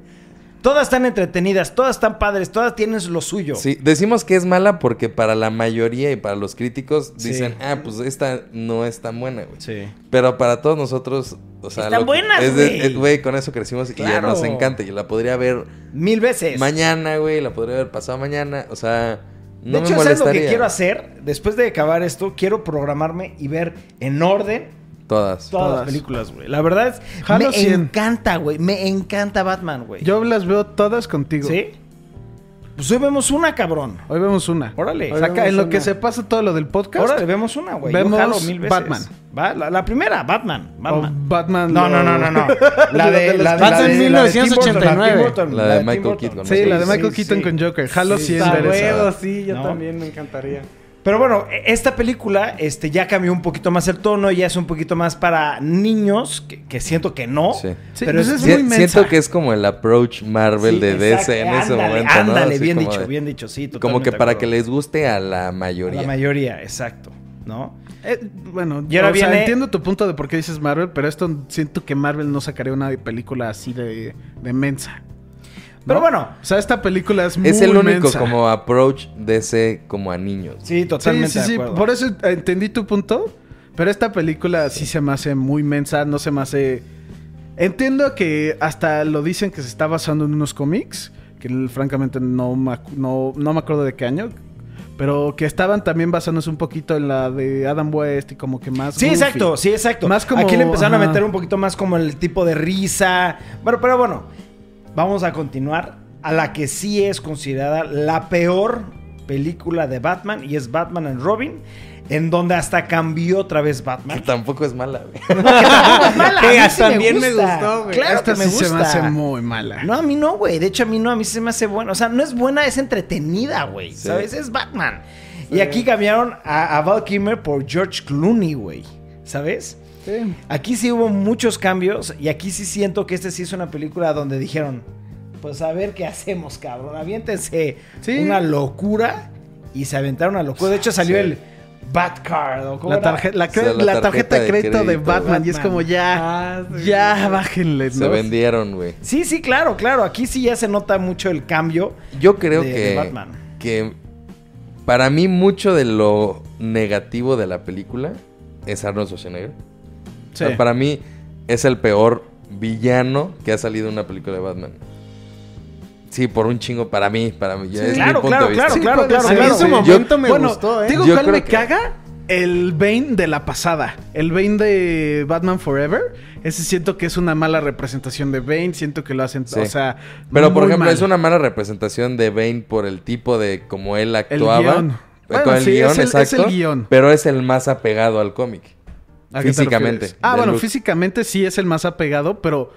Speaker 1: Todas están entretenidas, todas están padres, todas tienen lo suyo.
Speaker 2: Sí, decimos que es mala porque para la mayoría y para los críticos
Speaker 1: Sí.
Speaker 2: dicen, ah, pues esta no es tan buena, güey.
Speaker 1: Sí.
Speaker 2: Pero para todos nosotros, o sea,
Speaker 1: Están
Speaker 2: lo que-
Speaker 1: buenas,
Speaker 2: es de-
Speaker 1: güey.
Speaker 2: es- güey, con eso crecimos y ya
Speaker 1: Claro.
Speaker 2: nos encanta. Y la podría ver
Speaker 1: Mil veces.
Speaker 2: mañana, güey, la podría ver pasado mañana, o sea,
Speaker 1: De
Speaker 2: no me
Speaker 1: hecho, ¿sabes lo
Speaker 2: molestaría.
Speaker 1: que quiero hacer? Después de acabar esto, quiero programarme y ver en orden
Speaker 2: Todas.
Speaker 1: todas,
Speaker 3: Todas.
Speaker 1: las películas, güey. La verdad es,
Speaker 3: Jalo
Speaker 1: me
Speaker 3: 100.
Speaker 1: encanta, güey. Me encanta Batman, güey.
Speaker 3: Yo las veo todas contigo.
Speaker 1: ¿Sí? Pues hoy vemos una, cabrón.
Speaker 3: Hoy vemos una.
Speaker 1: Órale.
Speaker 3: Saca-
Speaker 4: vemos
Speaker 3: en lo
Speaker 4: una.
Speaker 3: que se pasa todo lo del podcast.
Speaker 1: Ahora vemos una, güey. Yo
Speaker 3: Vemos
Speaker 1: jalo mil veces.
Speaker 3: Batman.
Speaker 1: Va, la, la primera, Batman. Batman.
Speaker 3: O Batman.
Speaker 1: No,
Speaker 3: lo-
Speaker 1: no, no, no, no. La de, la de, la
Speaker 4: Batman
Speaker 1: de- la de Tim Burton, la de Tim
Speaker 4: 1989.
Speaker 1: Burton,
Speaker 2: La de
Speaker 1: Tim
Speaker 2: Michael
Speaker 1: Burton.
Speaker 2: Keaton.
Speaker 3: Sí, la de
Speaker 2: Sí,
Speaker 3: Michael
Speaker 1: sí,
Speaker 3: Keason
Speaker 1: sí.
Speaker 3: con Joker. Jalo
Speaker 1: Sí,
Speaker 3: 100
Speaker 1: está
Speaker 4: A
Speaker 3: ver esa.
Speaker 4: huevo, sí, yo
Speaker 1: No.
Speaker 4: también me encantaría.
Speaker 1: Pero bueno, e- esta película este, ya cambió un poquito más el tono, ya es un poquito más para niños, que, que siento que no.
Speaker 2: Sí.
Speaker 3: Sí,
Speaker 1: Pero
Speaker 3: pues
Speaker 1: es,
Speaker 3: es
Speaker 2: Sie-
Speaker 3: muy mensa.
Speaker 2: siento que es como el approach Marvel
Speaker 1: Sí,
Speaker 2: de
Speaker 1: exacto.
Speaker 2: DC en ese
Speaker 1: Ándale,
Speaker 2: momento, ¿no?
Speaker 1: ándale,
Speaker 2: Así
Speaker 1: bien
Speaker 2: como
Speaker 1: dicho,
Speaker 2: de-
Speaker 1: bien dicho, sí, totalmente
Speaker 2: Como que
Speaker 1: de
Speaker 2: para
Speaker 1: acuerdo.
Speaker 2: que les guste a la
Speaker 1: A
Speaker 2: mayoría.
Speaker 1: La mayoría, exacto, ¿no?
Speaker 3: Eh, bueno,
Speaker 1: Y ahora
Speaker 3: o sea,
Speaker 1: viene-
Speaker 3: entiendo tu punto de por qué dices Marvel, pero esto siento que Marvel no sacaría una película así de, de mensa. ¿no?
Speaker 1: Pero bueno.
Speaker 3: O sea, esta película es muy
Speaker 2: es el único
Speaker 3: mensa.
Speaker 2: como approach DC como a niños.
Speaker 1: Sí,
Speaker 3: Sí,
Speaker 1: totalmente
Speaker 3: sí,
Speaker 1: de
Speaker 3: sí.
Speaker 1: acuerdo.
Speaker 3: Por eso entendí tu punto. Pero esta película sí se me hace muy mensa, no se me hace... Entiendo que hasta lo dicen que se está basando en unos cómics, que l- francamente no me, acu- no, no me acuerdo de qué año, pero que estaban también basándose un poquito en la de Adam West y como que más...
Speaker 1: Sí,
Speaker 3: goofy.
Speaker 1: exacto, sí, exacto.
Speaker 3: Más como-
Speaker 1: Aquí le empezaron a
Speaker 3: ajá.
Speaker 1: meter un poquito más como el tipo de risa. Bueno, pero bueno, vamos a continuar a la que sí es considerada la peor película de Batman y es Batman and Robin, en donde hasta cambió otra vez
Speaker 2: Que
Speaker 1: Batman.
Speaker 2: tampoco es mala, güey.
Speaker 1: Que
Speaker 4: Que hasta bien me gustó, güey.
Speaker 1: Claro
Speaker 3: esta
Speaker 1: que me
Speaker 3: sí
Speaker 1: gusta.
Speaker 3: se me hace muy mala.
Speaker 1: No, a mí no, güey. De hecho, a mí no, a mí se me hace buena. O sea, no es buena, es entretenida, güey.
Speaker 2: Sí.
Speaker 1: ¿Sabes? Es Batman. Y aquí cambiaron a, a Val Kilmer por George Clooney, güey. ¿Sabes?
Speaker 3: Sí.
Speaker 1: Aquí sí hubo muchos cambios y aquí sí siento que este sí es una película donde dijeron, pues a ver qué hacemos, cabrón. Aviéntense
Speaker 3: Sí.
Speaker 1: una locura y se aventaron a locura. De hecho, salió
Speaker 2: Sí.
Speaker 1: el Batcard. ¿o cómo
Speaker 3: La,
Speaker 1: era?
Speaker 3: tarje- la, cre-
Speaker 2: O sea, la
Speaker 3: la tarjeta de crédito de Batman, y es
Speaker 1: Batman.
Speaker 3: como ya,
Speaker 4: Ah, sí.
Speaker 3: ya, bájenle.
Speaker 2: Se
Speaker 3: ¿no?
Speaker 2: vendieron, güey.
Speaker 1: Sí, sí, claro, claro. Aquí sí ya se nota mucho el cambio.
Speaker 2: Yo creo
Speaker 1: de-
Speaker 2: que,
Speaker 1: de Batman.
Speaker 2: que para mí mucho de lo negativo de la película es Arnold Schwarzenegger. O sea,
Speaker 3: Sí.
Speaker 2: para mí es el peor villano que ha salido en una película de Batman. Sí, por un chingo para mí, para mí. ya
Speaker 1: Sí,
Speaker 2: es mi
Speaker 1: claro,
Speaker 2: punto
Speaker 1: claro,
Speaker 2: de vista.
Speaker 1: claro,
Speaker 3: Sí,
Speaker 1: claro,
Speaker 3: puede
Speaker 1: claro,
Speaker 3: ser.
Speaker 1: claro.
Speaker 3: En ese
Speaker 1: Sí.
Speaker 3: momento me
Speaker 4: Bueno,
Speaker 3: gustó, ¿eh?
Speaker 2: digo, Yo
Speaker 3: Digo, ¿cuál
Speaker 2: creo
Speaker 3: me
Speaker 2: que-
Speaker 3: caga? El Bane de la pasada. El Bane de Batman Forever. Ese siento que es una mala representación de Bane. Siento que lo hacen,
Speaker 2: Sí.
Speaker 3: o sea...
Speaker 2: Pero por
Speaker 3: muy
Speaker 2: ejemplo,
Speaker 3: mal.
Speaker 2: es una mala representación de Bane por el tipo de como él
Speaker 3: El
Speaker 2: actuaba.
Speaker 3: guión.
Speaker 2: Eh,
Speaker 3: Bueno,
Speaker 2: con el
Speaker 3: sí, es
Speaker 2: guión,
Speaker 3: el- es el
Speaker 2: exacto.
Speaker 3: guión.
Speaker 2: Pero es el más apegado al cómic.
Speaker 3: ¿A qué te
Speaker 2: físicamente,
Speaker 3: refieres? Ah,
Speaker 2: del
Speaker 3: bueno,
Speaker 2: look.
Speaker 3: físicamente sí es el más apegado, pero...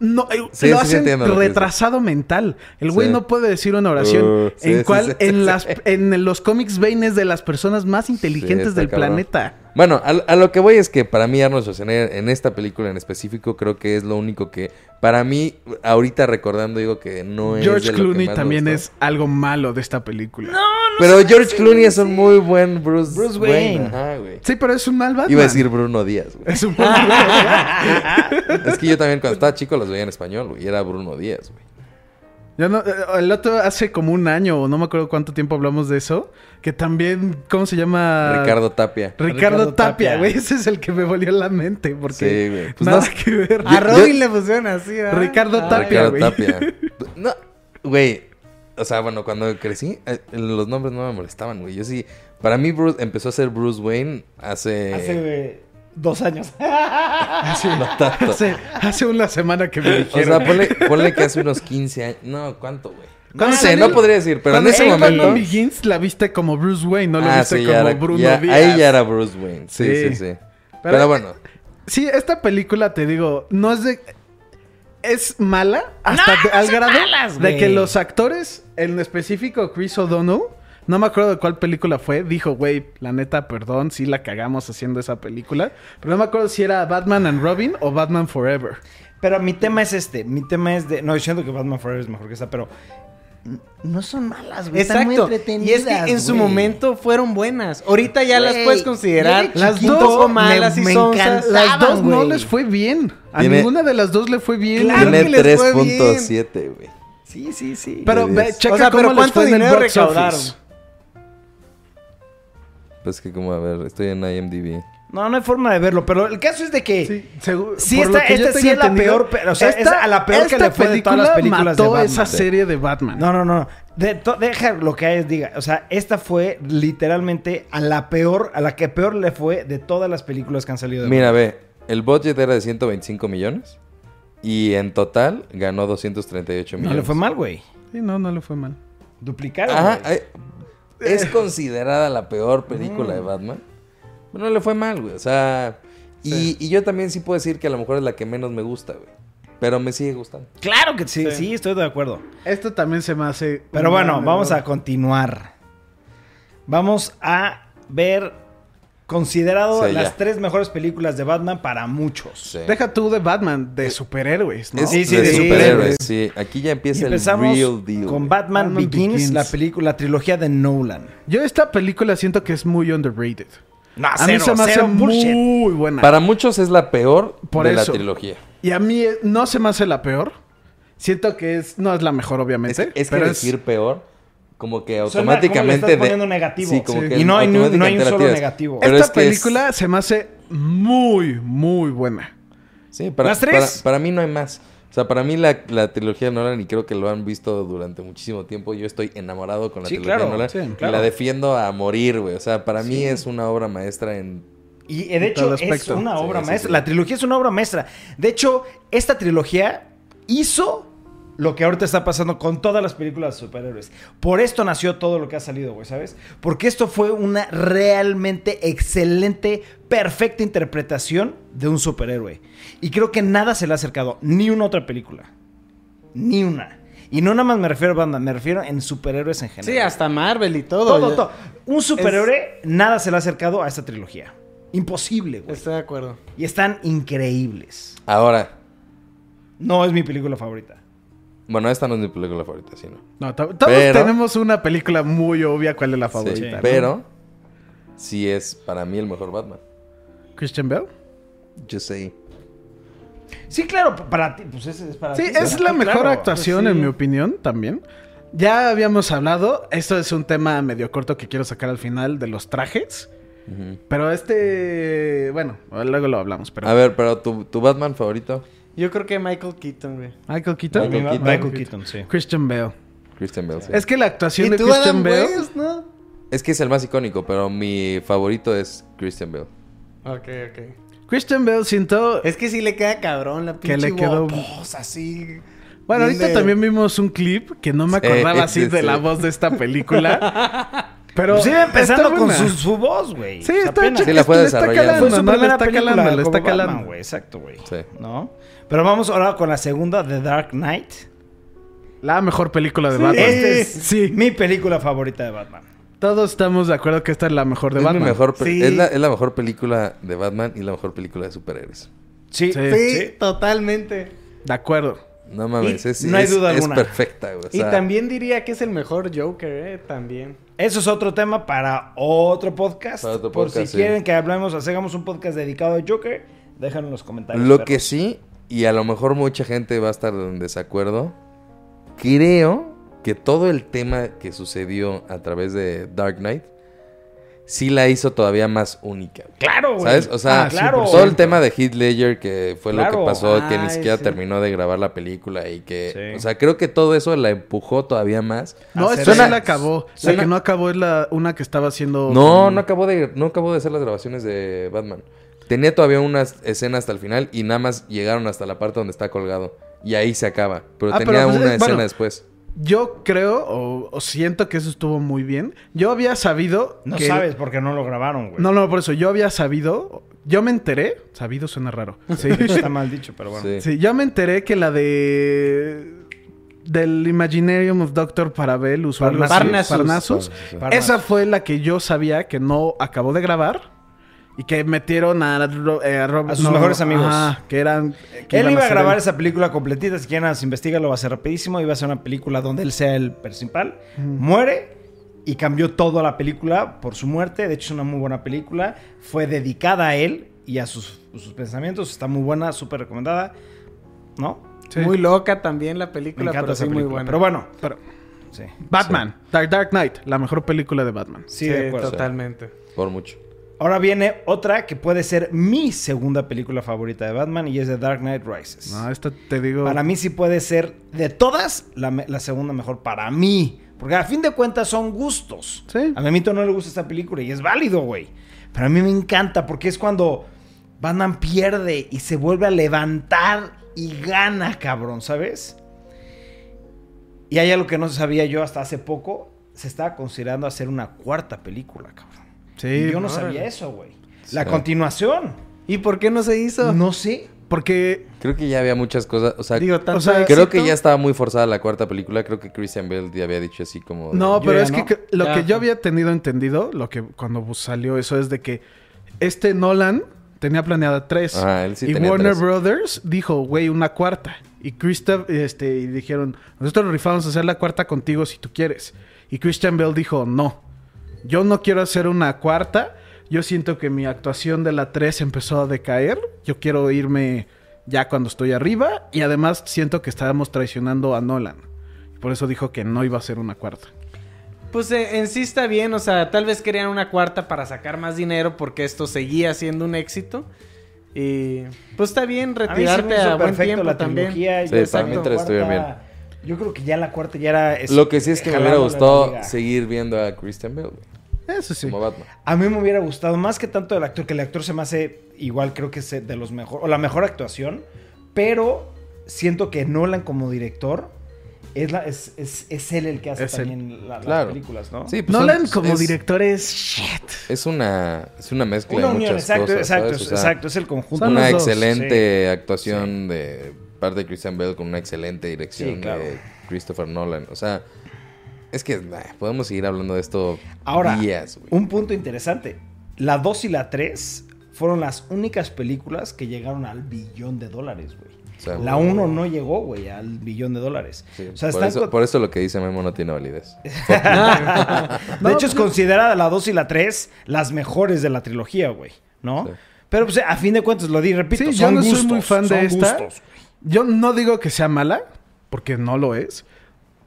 Speaker 3: No, eh,
Speaker 2: Sí,
Speaker 3: lo
Speaker 2: sí, sí
Speaker 3: hacen
Speaker 2: entiendo lo que dices.
Speaker 3: retrasado mental. El güey
Speaker 2: Sí.
Speaker 3: no puede decir una oración.
Speaker 2: Uh, sí,
Speaker 3: en
Speaker 2: sí,
Speaker 3: cual,
Speaker 2: sí,
Speaker 3: en
Speaker 2: sí.
Speaker 3: las, en los cómics Bane es de las personas más inteligentes
Speaker 2: Sí, está
Speaker 3: del
Speaker 2: cabrón.
Speaker 3: planeta.
Speaker 2: Bueno, a, a lo que voy es que para mí Arnold Schwarzenegger en esta película en específico creo que es lo único que para mí ahorita recordando digo que no es
Speaker 3: George
Speaker 2: de lo que
Speaker 3: Clooney
Speaker 2: más me
Speaker 3: también
Speaker 2: gustó.
Speaker 3: es algo malo de esta película.
Speaker 2: Pero George Clooney es un muy buen Bruce,
Speaker 1: Bruce
Speaker 2: Wayne.
Speaker 1: Wayne.
Speaker 2: Ajá, güey.
Speaker 3: Sí, pero es un mal Batman.
Speaker 2: Iba a decir Bruno Díaz, güey.
Speaker 3: Es un mal Batman.
Speaker 2: Es que yo también cuando estaba chico los veía en español, güey. y Era Bruno Díaz, güey.
Speaker 3: Yo no- eh, el otro hace como un año o no me acuerdo cuánto tiempo hablamos de eso. Que también, ¿cómo se llama?
Speaker 2: Ricardo Tapia.
Speaker 3: Ah, Ricardo,
Speaker 1: Ricardo Tapia.
Speaker 3: Tapia, güey. Ese es el que me volvió la mente. Porque
Speaker 2: Sí, güey. Pues
Speaker 3: nada
Speaker 2: no-
Speaker 3: que ver.
Speaker 4: A
Speaker 2: Yo-
Speaker 4: Robin
Speaker 2: yo-
Speaker 4: le pusieron así, ¿verdad?
Speaker 3: Ricardo
Speaker 4: Ah,
Speaker 2: Ricardo
Speaker 3: Tapia. güey.
Speaker 2: Tapia. No, güey. O sea, bueno, cuando crecí, eh, los nombres no me molestaban, güey. Yo sí. Para mí, Bruce empezó a ser Bruce Wayne hace.
Speaker 1: Hace eh, dos años.
Speaker 2: No tanto.
Speaker 3: Hace, hace una semana que me
Speaker 2: O
Speaker 3: dijeron.
Speaker 2: sea, ponle, ponle que hace unos 15 años. No, ¿cuánto, güey? No sé, no podría decir, pero en
Speaker 3: Cuando
Speaker 2: ese
Speaker 3: en
Speaker 2: momento.
Speaker 3: Batman Begins la viste como Bruce Wayne, no la
Speaker 2: Ah,
Speaker 3: viste
Speaker 2: sí,
Speaker 3: como
Speaker 2: ya era-
Speaker 3: Bruno
Speaker 2: ya-
Speaker 3: Díaz.
Speaker 2: Ahí ya era Bruce Wayne. Sí, sí,
Speaker 3: Sí.
Speaker 2: sí. Pero,
Speaker 3: Pero-
Speaker 2: bueno,
Speaker 3: Sí, esta película, te digo, no es de... Es mala hasta de- al grado de
Speaker 1: güey.
Speaker 3: que los actores, en específico Chris O'Donnell, no me acuerdo de cuál película fue, dijo, güey, la neta, perdón, sí la cagamos haciendo esa película, pero no me acuerdo si era Batman and Robin o Batman Forever.
Speaker 1: Pero mi tema es este. Mi tema es de. No, diciendo que Batman Forever es mejor que esta, pero. n- No son malas, güey. Están muy
Speaker 4: Exacto.
Speaker 1: entretenidas.
Speaker 4: Y es que en su
Speaker 1: güey.
Speaker 4: momento fueron buenas. Ahorita ya las
Speaker 1: Güey,
Speaker 4: puedes considerar
Speaker 1: yo de
Speaker 4: las
Speaker 1: chiquito
Speaker 4: dos
Speaker 1: me-
Speaker 4: malas y
Speaker 1: me
Speaker 4: sonsas.
Speaker 1: encantaba.
Speaker 3: Las dos
Speaker 1: Estaban,
Speaker 3: no
Speaker 1: güey.
Speaker 3: les fue bien. A
Speaker 2: Tiene-
Speaker 3: ninguna de las dos le fue bien.
Speaker 4: Claro
Speaker 3: güey.
Speaker 4: que
Speaker 2: tiene
Speaker 4: les fue
Speaker 2: 3.7, güey.
Speaker 1: Sí, sí, sí.
Speaker 3: Pero
Speaker 2: Sí,
Speaker 3: ve,
Speaker 2: es.
Speaker 3: checa
Speaker 4: O sea,
Speaker 3: cómo
Speaker 4: pero
Speaker 3: les
Speaker 4: ¿cuánto
Speaker 3: fue en el
Speaker 4: dinero
Speaker 3: box office.
Speaker 4: recaudaron?
Speaker 2: Pues que como, a ver, estoy en IMDb.
Speaker 1: No, no hay forma de verlo. Pero el caso es de que.
Speaker 3: Sí, seguro.
Speaker 1: Sí, esta- esta sí es la peor pe- o sea, es a la peor que le fue de todas las películas de
Speaker 3: mató
Speaker 1: Batman.
Speaker 3: esa
Speaker 1: Sí.
Speaker 3: serie de Batman.
Speaker 1: No, no, no. De- to- deja lo que hayas diga. O sea, esta fue literalmente a la peor, a la que peor le fue de todas las películas que han salido. de
Speaker 2: Mira, ve, el budget era de 125 millones y en total ganó 238
Speaker 1: Batman.
Speaker 2: millones.
Speaker 1: No le fue mal, güey.
Speaker 3: Sí, no, no le fue mal.
Speaker 1: Duplicaron.
Speaker 2: Ajá,
Speaker 1: güey.
Speaker 2: ay, es considerada la peor película de Batman. No le fue mal, güey. O sea, y, y yo también sí puedo decir que a lo mejor es la que menos me gusta, güey. Pero me sigue gustando.
Speaker 1: Claro que sí, sí, estoy de acuerdo.
Speaker 3: Esto también se me hace...
Speaker 1: Pero
Speaker 3: un
Speaker 1: bueno,
Speaker 3: gran
Speaker 1: vamos
Speaker 3: error.
Speaker 1: a continuar. Vamos a ver considerado
Speaker 2: Sí, ya.
Speaker 1: las tres mejores películas de Batman para muchos.
Speaker 2: Sí.
Speaker 3: Deja tú de Batman, de superhéroes, ¿no?
Speaker 2: Es
Speaker 1: Sí, sí,
Speaker 2: de
Speaker 1: sí.
Speaker 2: superhéroes, sí. Aquí ya empieza el
Speaker 1: Empezamos
Speaker 2: real deal.
Speaker 1: con
Speaker 2: güey.
Speaker 1: Batman,
Speaker 3: Batman
Speaker 1: Begins,
Speaker 3: Begins.
Speaker 1: la película, la trilogía de Nolan.
Speaker 3: Yo esta película siento que es muy underrated.
Speaker 1: No,
Speaker 3: a mí se me hace muy buena.
Speaker 2: Para muchos es la peor
Speaker 3: Por
Speaker 2: de
Speaker 3: eso.
Speaker 2: la trilogía.
Speaker 3: Y a mí eh, no se me hace la peor. Siento que es... No es la mejor,
Speaker 2: Es,
Speaker 3: obviamente.
Speaker 2: es que
Speaker 3: pero
Speaker 2: decir peor, como que
Speaker 1: Suena como le estás
Speaker 2: automáticamente. de-
Speaker 1: poniendo negativo.
Speaker 2: Sí, como
Speaker 1: Sí.
Speaker 2: que
Speaker 1: Y no hay ni un- no hay un
Speaker 2: automáticamente la
Speaker 1: solo
Speaker 2: tiras.
Speaker 1: negativo.
Speaker 2: Pero
Speaker 3: Esta
Speaker 2: es que es-
Speaker 3: película se me hace muy, muy buena.
Speaker 2: sí, para,
Speaker 1: ¿Las tres?
Speaker 2: Para, para mí no hay más. O sea, para mí la, la trilogía de Nolan, y creo que lo han visto durante muchísimo tiempo, yo estoy enamorado con la
Speaker 1: Sí,
Speaker 2: trilogía
Speaker 1: claro,
Speaker 2: de Nolan.
Speaker 1: sí,
Speaker 2: y
Speaker 1: claro.
Speaker 2: la defiendo a morir, güey. O sea, para mí es una obra maestra en...
Speaker 1: Y eh, de
Speaker 3: En todo
Speaker 1: hecho es
Speaker 3: aspecto.
Speaker 1: una
Speaker 2: Sí,
Speaker 1: obra
Speaker 2: sí,
Speaker 1: maestra.
Speaker 2: sí.
Speaker 1: La trilogía es una obra maestra. De hecho, esta trilogía hizo lo que ahorita está pasando con todas las películas de superhéroes. Por esto nació todo lo que ha salido, güey, ¿sabes? Porque esto fue una realmente excelente, perfecta interpretación de un superhéroe. Y creo que nada se le ha acercado, ni una otra película. Ni una. Y no nada más me refiero a banda, me refiero en superhéroes en general.
Speaker 4: Sí, hasta Marvel y todo.
Speaker 1: todo,
Speaker 4: Yo-
Speaker 1: todo. Un superhéroe, nada se le ha acercado a esta trilogía. Imposible, güey.
Speaker 4: Estoy de acuerdo.
Speaker 1: Y están increíbles.
Speaker 2: Ahora,
Speaker 1: No es mi película favorita.
Speaker 2: bueno, esta no es mi película favorita, sino...
Speaker 3: No, to- todos
Speaker 2: Pero-
Speaker 3: tenemos una película muy obvia cuál es la favorita.
Speaker 1: sí.
Speaker 3: ¿no?
Speaker 2: Pero sí es para mí el mejor Batman.
Speaker 3: Christian Bale.
Speaker 2: Yo sé.
Speaker 1: Sí, claro, p- para ti. Pues ese es para
Speaker 3: Sí,
Speaker 1: ti.
Speaker 3: es
Speaker 1: para
Speaker 3: la
Speaker 1: ti,
Speaker 3: mejor
Speaker 1: claro.
Speaker 3: actuación,
Speaker 1: Sí.
Speaker 3: en mi opinión, también. Ya habíamos hablado, esto es un tema medio corto que quiero sacar al final de los trajes. Pero este. Bueno, luego lo hablamos. Pero...
Speaker 2: A ver, pero tu, tu Batman favorito,
Speaker 4: Yo creo que Michael Keaton, güey.
Speaker 3: Michael Keaton.
Speaker 1: Mi-
Speaker 2: Michael Keaton.
Speaker 1: Michael Keaton, sí.
Speaker 3: Christian Bale.
Speaker 2: Christian Bale. sí. Es,
Speaker 3: Es que la actuación de
Speaker 4: tú,
Speaker 3: Christian
Speaker 4: Adam
Speaker 3: Bale.
Speaker 4: West, ¿no?
Speaker 2: que es el más icónico, pero mi favorito es Christian Bale.
Speaker 4: Ok, ok.
Speaker 3: Christian Bale siento.
Speaker 4: Es que sí le queda cabrón la
Speaker 3: Que
Speaker 4: pinche
Speaker 3: le quedó-
Speaker 4: voz pues, así.
Speaker 3: Bueno,
Speaker 4: bien
Speaker 3: ahorita
Speaker 4: de-
Speaker 3: también vimos un clip que no me acordaba
Speaker 2: Sí,
Speaker 3: así
Speaker 2: sí,
Speaker 3: de
Speaker 2: sí.
Speaker 3: la voz de esta película. Pero.
Speaker 1: Pues sí, empezando
Speaker 3: está
Speaker 1: con
Speaker 3: buena.
Speaker 1: su, su voz, güey.
Speaker 3: Sí,
Speaker 1: O sea,
Speaker 3: está
Speaker 1: apenas.
Speaker 2: Sí,
Speaker 3: hecha-
Speaker 2: pues la fue
Speaker 3: le
Speaker 2: desarrollando.
Speaker 3: Está
Speaker 1: Fue
Speaker 3: calando,
Speaker 1: su
Speaker 3: ¿no? Le
Speaker 1: primera
Speaker 3: está
Speaker 1: película
Speaker 3: calando, le
Speaker 1: como
Speaker 3: está
Speaker 1: Batman,
Speaker 3: calando.
Speaker 1: güey. Exacto, güey.
Speaker 2: Sí.
Speaker 1: ¿No? Pero vamos ahora con la segunda, The Dark Knight.
Speaker 3: La mejor película de Batman.
Speaker 1: Esta Este es
Speaker 3: Sí.
Speaker 1: mi película favorita de Batman.
Speaker 3: Todos estamos de acuerdo que esta es la mejor de
Speaker 2: es, mi
Speaker 3: Batman.
Speaker 2: mejor pe-
Speaker 4: Sí.
Speaker 2: es, la, es la mejor película de Batman y la mejor película de superhéroes.
Speaker 1: Sí.
Speaker 3: Sí.
Speaker 4: Sí, totalmente.
Speaker 3: De acuerdo.
Speaker 2: No mames,
Speaker 1: Y
Speaker 2: es,
Speaker 1: no hay
Speaker 2: es-
Speaker 1: duda
Speaker 2: es
Speaker 1: alguna.
Speaker 2: perfecta, güey. o sea,
Speaker 4: y también diría que es el mejor Joker, eh, también.
Speaker 1: Eso es otro tema para otro podcast.
Speaker 2: Para otro
Speaker 1: Por si
Speaker 2: podcast, sí.
Speaker 1: quieren que hablemos, hagamos un podcast dedicado a Joker, déjenlo en los comentarios.
Speaker 2: Lo
Speaker 1: perros.
Speaker 2: que sí, y a lo mejor mucha gente va a estar en desacuerdo, creo que todo el tema que sucedió a través de Dark Knight sí la hizo todavía más única. güey.
Speaker 1: Claro, güey.
Speaker 2: ¿Sabes? O sea,
Speaker 3: Ah,
Speaker 1: claro.
Speaker 2: todo el tema de Heath Ledger que fue lo
Speaker 1: Claro.
Speaker 2: que pasó, que
Speaker 3: Ah,
Speaker 4: Ay,
Speaker 2: ni siquiera
Speaker 4: sí.
Speaker 2: terminó de grabar la película y que...
Speaker 1: Sí.
Speaker 2: O sea, creo que todo eso la empujó todavía más.
Speaker 3: No,
Speaker 1: Hacer
Speaker 3: esta sí
Speaker 2: eso.
Speaker 3: la acabó.
Speaker 2: Suena-
Speaker 3: La que no acabó es la una que estaba haciendo.
Speaker 2: No,
Speaker 3: con-
Speaker 2: no acabó de, no acabó de hacer las grabaciones de Batman. Tenía todavía una escena hasta el final y nada más llegaron hasta la parte donde está colgado. Y ahí se acaba. Pero
Speaker 3: Ah, pero
Speaker 2: tenía
Speaker 3: pues
Speaker 2: una
Speaker 3: es-
Speaker 2: escena
Speaker 3: bueno.
Speaker 2: después.
Speaker 3: Yo creo, o, o siento que eso estuvo muy bien. Yo había sabido.
Speaker 1: No
Speaker 3: que-
Speaker 1: sabes porque no lo grabaron, güey.
Speaker 3: No, no, por eso. Yo había sabido. Yo me enteré. Sabido suena raro. Sí.
Speaker 1: Está mal dicho, pero bueno.
Speaker 2: Sí.
Speaker 3: Sí, yo me enteré que la de. Del Imaginarium of Doctor Parabel, usuario
Speaker 4: Parnassus.
Speaker 3: Parnassus.
Speaker 2: Parnassus,
Speaker 1: sí.
Speaker 3: Esa fue la que yo sabía que no acabó de grabar. Y que metieron a, Ro- eh, Rob-
Speaker 1: A sus
Speaker 3: no,
Speaker 1: mejores amigos.
Speaker 3: ajá, que eran. que
Speaker 1: Él
Speaker 3: iban
Speaker 1: iba a
Speaker 3: ser
Speaker 1: grabar
Speaker 3: el-
Speaker 1: esa película completita, si quieren investigarlo, va a ser rapidísimo. Iba a ser una película donde él sea el principal. Muere y cambió toda la película por su muerte. De hecho, es una muy buena película. Fue dedicada a él y a sus, pues, sus pensamientos. Está muy buena, súper recomendada. ¿no?
Speaker 3: Sí.
Speaker 4: Muy loca también la
Speaker 1: Me
Speaker 4: película,
Speaker 1: encanta
Speaker 4: pero
Speaker 1: esa
Speaker 4: sí muy
Speaker 1: película.
Speaker 4: buena.
Speaker 1: Pero bueno,
Speaker 3: Pero-
Speaker 1: sí.
Speaker 3: Batman, Dark, Dark Knight, la mejor película de Batman.
Speaker 1: Sí, de acuerdo.
Speaker 4: totalmente.
Speaker 2: Por mucho.
Speaker 1: Ahora viene otra que puede ser mi segunda película favorita de Batman y es The Dark Knight Rises.
Speaker 3: No, esta te digo.
Speaker 1: Para mí sí puede ser de todas la, me- la segunda mejor para mí. Porque a fin de cuentas son gustos.
Speaker 3: Sí.
Speaker 1: A Memito no le gusta esta película y es válido, güey. Pero a mí me encanta porque es cuando Batman pierde y se vuelve a levantar y gana, cabrón, ¿sabes? Y hay algo que no sabía yo hasta hace poco. Se estaba considerando hacer una cuarta película, cabrón.
Speaker 3: Sí,
Speaker 1: y yo no
Speaker 3: órale.
Speaker 1: sabía eso, güey. La
Speaker 2: Sí.
Speaker 1: continuación.
Speaker 4: ¿Y por qué no se hizo?
Speaker 1: No sé.
Speaker 3: Porque
Speaker 2: Creo que ya había muchas cosas. O sea,
Speaker 4: Digo, tanto
Speaker 3: o sea,
Speaker 2: creo
Speaker 4: éxito.
Speaker 2: que ya estaba muy forzada la cuarta película. Creo que Christian Bale ya había dicho así como. de-
Speaker 3: No,
Speaker 1: Yo
Speaker 3: pero
Speaker 1: ya
Speaker 3: es que
Speaker 1: no.
Speaker 3: cre- lo
Speaker 4: Ya,
Speaker 3: que yo
Speaker 4: ajá.
Speaker 3: había tenido entendido, lo que cuando salió eso es de que este Nolan tenía planeada tres.
Speaker 2: Ajá, Ah, él sí
Speaker 3: y
Speaker 2: tenía
Speaker 3: Warner
Speaker 2: tres.
Speaker 3: Brothers dijo, güey, una cuarta. Y Christoph, este, y dijeron, nosotros nos rifamos a hacer la cuarta contigo si tú quieres. Y Christian Bell dijo, no, yo no quiero hacer una cuarta. Yo siento que mi actuación de la 3 empezó a decaer. Yo quiero irme ya cuando estoy arriba. Y además siento que estábamos traicionando a Nolan. Por eso dijo que no iba a ser una cuarta.
Speaker 4: Pues eh, en sí está bien, o sea, tal vez querían una cuarta para sacar más dinero porque esto seguía siendo un éxito. Y pues está bien
Speaker 1: A mí sí me
Speaker 4: retirarte
Speaker 1: hizo
Speaker 4: a, buen
Speaker 1: perfecto
Speaker 4: tiempo
Speaker 1: la
Speaker 4: también.
Speaker 1: trilogía,
Speaker 2: Sí,
Speaker 1: ya está
Speaker 2: también
Speaker 1: la
Speaker 2: tres estuvieron
Speaker 1: cuarta. Yo creo que ya la cuarta ya era... es-
Speaker 2: Lo que sí es que me hubiera
Speaker 1: jalando la
Speaker 2: gustado
Speaker 1: liga.
Speaker 2: seguir viendo a Christian Bale, güey,
Speaker 3: Eso sí.
Speaker 2: como Batman.
Speaker 1: A mí me hubiera gustado, más que tanto el actor, que el actor se me hace igual, creo que es de los mejores, o la mejor actuación, pero siento que Nolan como director es, la- es, es- es él el que hace
Speaker 3: Es él.
Speaker 1: también la-
Speaker 2: Claro.
Speaker 1: las películas, ¿no?
Speaker 2: Sí, pues
Speaker 3: Nolan
Speaker 2: son-
Speaker 3: como
Speaker 2: es-
Speaker 3: director es shit.
Speaker 2: Es una, es una mezcla
Speaker 1: Una
Speaker 2: de
Speaker 1: unión,
Speaker 2: muchas
Speaker 1: exacto,
Speaker 2: cosas.
Speaker 1: exacto,
Speaker 2: ¿sabes? O sea,
Speaker 1: exacto, es el conjunto.
Speaker 3: Son
Speaker 2: Una
Speaker 3: los dos,
Speaker 2: excelente actuación de parte de Christian Bale con una excelente dirección
Speaker 1: Sí, claro.
Speaker 2: de Christopher Nolan. O sea, es que nah, podemos seguir hablando de esto
Speaker 1: Ahora,
Speaker 2: días, güey.
Speaker 1: un punto interesante. La 2 y la 3 fueron las únicas películas que llegaron al billón de dólares, güey.
Speaker 2: O sea,
Speaker 1: la 1 no llegó, güey, al billón de dólares.
Speaker 2: Sí,
Speaker 1: o sea,
Speaker 2: por,
Speaker 1: están
Speaker 2: eso,
Speaker 1: co-
Speaker 2: por eso lo que dice Memo no tiene validez.
Speaker 1: De hecho, es considerada la 2 y la 3 las mejores de la trilogía, güey, ¿no?
Speaker 2: Sí.
Speaker 1: Pero pues, a fin de cuentas, lo di, repito,
Speaker 3: Sí, yo
Speaker 1: son
Speaker 3: no
Speaker 1: gustos,
Speaker 3: soy muy fan de
Speaker 1: son
Speaker 3: esta.
Speaker 1: gustos.
Speaker 3: Yo no digo que sea mala, porque no lo es.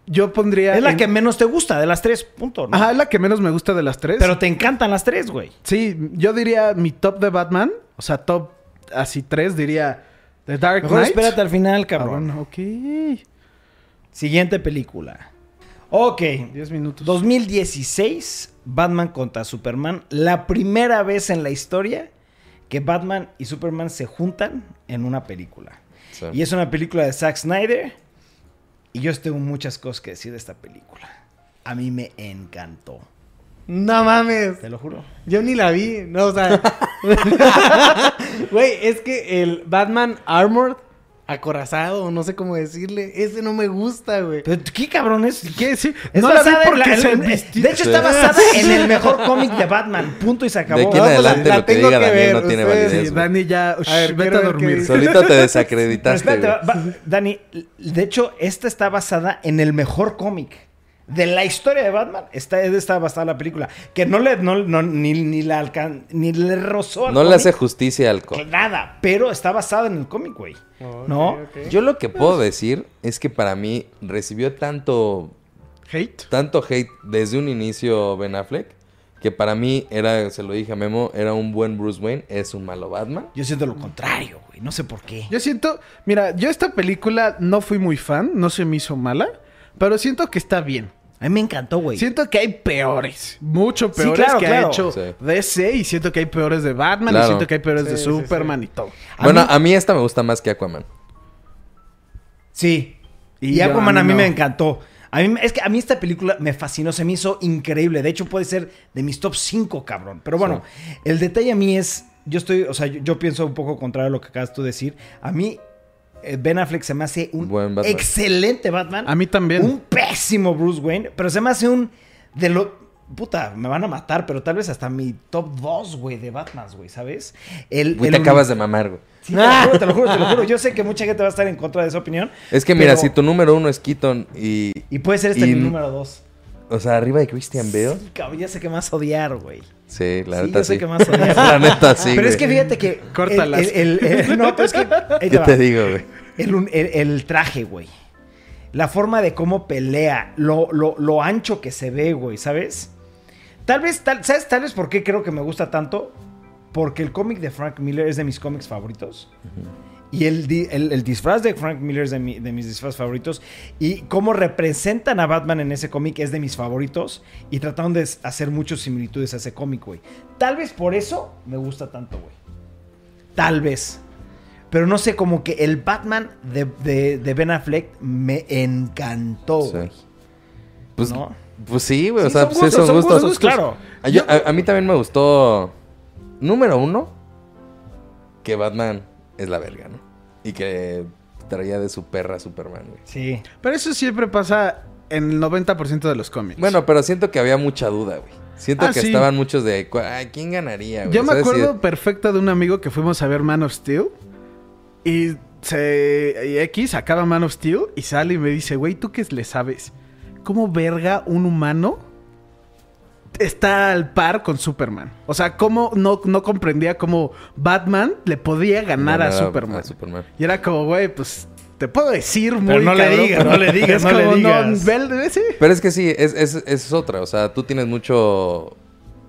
Speaker 3: Yo pondría.
Speaker 1: Es la
Speaker 3: en-
Speaker 1: que menos te gusta de las tres, punto, ¿no?
Speaker 3: Ajá, es la que menos me gusta de las tres.
Speaker 1: Pero te encantan las tres, güey.
Speaker 3: sí, yo diría mi top de Batman. O sea, top así tres, diría The Dark
Speaker 1: Mejor
Speaker 3: Knight.
Speaker 1: espérate al final,
Speaker 3: Ah,
Speaker 1: cabrón.
Speaker 3: bueno, ok.
Speaker 1: Siguiente película. Ok,
Speaker 3: Diez minutos.
Speaker 1: 2016, Batman contra Superman. La primera vez en la historia que Batman y Superman se juntan en una película.
Speaker 2: O sea,
Speaker 1: Y es una película de Zack Snyder. Y yo tengo muchas cosas que decir de esta película. A mí me encantó.
Speaker 4: No mames.
Speaker 1: Te lo juro.
Speaker 4: Yo ni la vi, no, o sea. Güey, es que el Batman Armored acorazado, no sé cómo decirle, ese no me gusta, güey.
Speaker 1: Pero qué cabrón es.
Speaker 3: ¿Qué? Sí.
Speaker 1: Es
Speaker 3: no la vi
Speaker 1: basada en
Speaker 3: porque
Speaker 1: la- en-
Speaker 3: se
Speaker 1: en-
Speaker 3: vistió.
Speaker 1: de hecho,
Speaker 2: Sí.
Speaker 1: está basada en el mejor cómic de Batman. Punto y se acabó.
Speaker 2: de aquí en
Speaker 4: la-
Speaker 2: adelante
Speaker 4: la
Speaker 2: lo que
Speaker 4: tengo
Speaker 2: diga
Speaker 4: que
Speaker 2: Daniel
Speaker 4: ver,
Speaker 2: no tiene
Speaker 4: ustedes
Speaker 2: validez.
Speaker 3: Sí,
Speaker 2: güey.
Speaker 3: Dani ya. Ush,
Speaker 4: ver,
Speaker 3: vete
Speaker 4: quiero
Speaker 3: a
Speaker 4: ver qué
Speaker 3: dormir.
Speaker 4: dice.
Speaker 2: Solito te
Speaker 1: Pero
Speaker 2: desacreditaste.
Speaker 1: espérate,
Speaker 2: güey.
Speaker 1: va- va- Dani, de hecho, esta está basada en el mejor cómic. De la historia de Batman está, está basada la película. Que no le, no, no- ni, ni la alcan- ni le rozó al
Speaker 2: no le
Speaker 1: cómic.
Speaker 2: hace justicia al co.
Speaker 1: Nada, pero está basada en el cómic, güey. ¿No?
Speaker 2: Yo lo que puedo decir es que para mí recibió tanto
Speaker 3: Hate.
Speaker 2: tanto hate desde un inicio Ben Affleck que para mí era, se lo dije a Memo, era un buen Bruce Wayne, es un malo Batman.
Speaker 1: Yo siento lo contrario, güey. No sé por qué.
Speaker 3: Yo siento, mira, yo esta película no fui muy fan, no se me hizo mala, pero siento que está bien.
Speaker 1: A mí me encantó, güey.
Speaker 3: Siento que hay peores, mucho
Speaker 1: Sí,
Speaker 3: peores
Speaker 1: claro,
Speaker 3: que
Speaker 1: claro.
Speaker 3: ha hecho
Speaker 2: Sí.
Speaker 3: DC y siento que hay peores de Batman y
Speaker 2: Claro.
Speaker 3: siento que hay peores de
Speaker 4: Sí, sí,
Speaker 3: Superman y todo.
Speaker 1: A
Speaker 2: bueno,
Speaker 1: mí-
Speaker 2: a mí esta me gusta más que Aquaman.
Speaker 1: Sí. Y,
Speaker 3: Y yo-
Speaker 1: Aquaman
Speaker 3: a
Speaker 1: a
Speaker 3: mí
Speaker 1: mí
Speaker 3: no.
Speaker 1: me encantó. A mí, es que a mí esta película me fascinó, se me hizo increíble. De hecho, puede ser de mis top 5, cabrón. Pero bueno, el detalle a mí es. Yo estoy, o sea, yo, yo pienso un poco contrario a lo que acabas tú de decir. A mí, eh, Ben Affleck se me hace un
Speaker 2: Buen Batman.
Speaker 1: excelente Batman.
Speaker 3: A mí también.
Speaker 1: Un pésimo Bruce Wayne, pero se me hace un. De lo. Puta, me van a matar, pero tal vez hasta mi top 2, güey, de Batmans, güey, ¿sabes? El,
Speaker 2: Güey,
Speaker 1: el
Speaker 2: te acabas de mamar, güey.
Speaker 1: Sí, te lo juro, te lo juro, te lo juro. Yo sé que mucha gente va a estar en contra de esa opinión.
Speaker 2: Es que mira,
Speaker 1: pero-
Speaker 2: si tu número uno es Keaton y.
Speaker 1: Y puede ser este
Speaker 2: y-
Speaker 1: mi número 2.
Speaker 2: O sea, arriba de Christian Bale.
Speaker 1: Sí, cabrón, ya sé que me vas a odiar, güey.
Speaker 2: Sí, la
Speaker 1: Sí,
Speaker 2: neta
Speaker 1: yo sé
Speaker 2: sí.
Speaker 1: que más odias.
Speaker 2: la neta sí.
Speaker 1: pero es que
Speaker 2: güey.
Speaker 1: fíjate que. el-
Speaker 3: Córtalas.
Speaker 1: El, el- el- no, pero es que. ahí te
Speaker 2: ¿Qué
Speaker 1: va.
Speaker 2: te digo, güey?
Speaker 1: El, un- el- el traje, güey. La forma de cómo pelea. Lo, lo- lo ancho que se ve, güey, ¿sabes? Tal vez, tal, ¿sabes? Tal vez por qué creo que me gusta tanto. Porque el cómic de Frank Miller es de mis cómics favoritos. Y el, di- el- el disfraz de Frank Miller es de, mi- de mis disfraz favoritos. Y cómo representan a Batman en ese cómic es de mis favoritos. Y trataron de s- hacer muchas similitudes a ese cómic, güey. Tal vez por eso me gusta tanto, güey. Tal vez. Pero no sé, como que el Batman de, de- de Ben Affleck me encantó,
Speaker 2: Sí.
Speaker 1: güey.
Speaker 2: Pues,
Speaker 1: ¿No?
Speaker 2: pues sí, güey. O
Speaker 1: Sí,
Speaker 2: sea,
Speaker 1: son
Speaker 2: pues sí,
Speaker 1: gustos, son gustos, claro.
Speaker 2: A, yo- a- a mí también me gustó. Número uno, que Batman es la verga, ¿no? Y que traía de su perra a Superman, güey.
Speaker 1: Sí.
Speaker 3: Pero eso siempre pasa en el 90% de los cómics.
Speaker 2: Bueno, pero siento que había mucha duda, güey. Siento
Speaker 3: Ah,
Speaker 2: que
Speaker 3: sí.
Speaker 2: estaban muchos de. "Cu- ay, ¿Quién ganaría, güey?
Speaker 3: Yo me
Speaker 2: ¿Sabes?
Speaker 3: acuerdo perfecta de un amigo que fuimos a ver Man of Steel y se y X acaba Man of Steel y sale y me dice, güey, ¿tú qué le sabes? ¿Cómo verga un humano está al par con Superman? O sea, ¿cómo no, no comprendía cómo Batman le podía ganar a
Speaker 2: Ganar a-
Speaker 3: Superman?
Speaker 2: a Superman.
Speaker 3: Y era como, güey, pues te puedo decir muy
Speaker 1: no le
Speaker 3: cabrón,
Speaker 1: digas, no le digas,
Speaker 3: es
Speaker 1: no le
Speaker 3: como,
Speaker 1: digas.
Speaker 3: ve- sí.
Speaker 2: Pero es que sí, es, es, es otra. O sea, tú tienes mucho.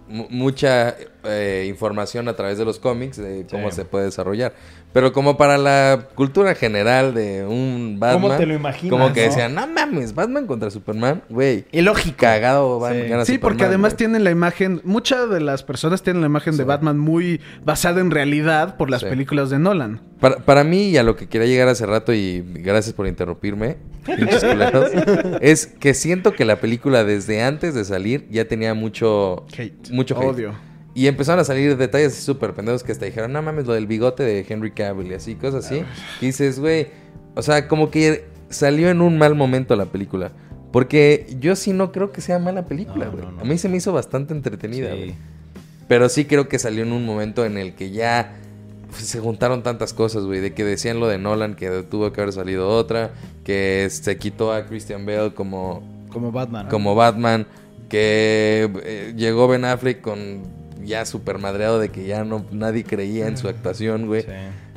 Speaker 2: mu- Mucha eh, información a través de los cómics de cómo se puede desarrollar. Pero como para la cultura general de un Batman.
Speaker 1: te lo imaginas,
Speaker 2: Como que
Speaker 1: no?
Speaker 2: decían, no mames, Batman contra Superman, güey.
Speaker 1: Y lógica.
Speaker 2: Cagado, van
Speaker 1: Sí.
Speaker 2: gana
Speaker 3: Sí, porque
Speaker 2: Superman,
Speaker 3: además
Speaker 2: güey.
Speaker 3: tienen la imagen, muchas de las personas tienen la imagen de Batman muy basada en realidad por las
Speaker 2: Sí.
Speaker 3: películas de Nolan.
Speaker 2: Para, para mí, y a lo que quería llegar hace rato, y gracias por interrumpirme, pinches culeros, es que siento que la película desde antes de salir ya tenía mucho Mucho hate.
Speaker 3: Odio.
Speaker 2: Y empezaron a salir detalles así súper pendejos que hasta dijeron, no mames, lo del bigote de Henry Cavill y así, cosas así.
Speaker 1: Ah,
Speaker 2: Que dices, güey, o sea, como que salió en un mal momento la película. Porque yo sí no creo que sea mala película,
Speaker 1: No,
Speaker 2: güey.
Speaker 1: no, no.
Speaker 2: A mí se me hizo bastante entretenida,
Speaker 1: Sí.
Speaker 2: güey. Pero sí creo que salió en un momento en el que ya se juntaron tantas cosas, güey. De que decían lo de Nolan, que tuvo que haber salido otra. Que se quitó a Christian Bale como
Speaker 1: Como Batman. ¿no?
Speaker 2: como Batman, que eh, llegó Ben Affleck con ya super madreado de que ya no nadie creía
Speaker 3: Mm.
Speaker 2: en su actuación, güey.
Speaker 1: Sí.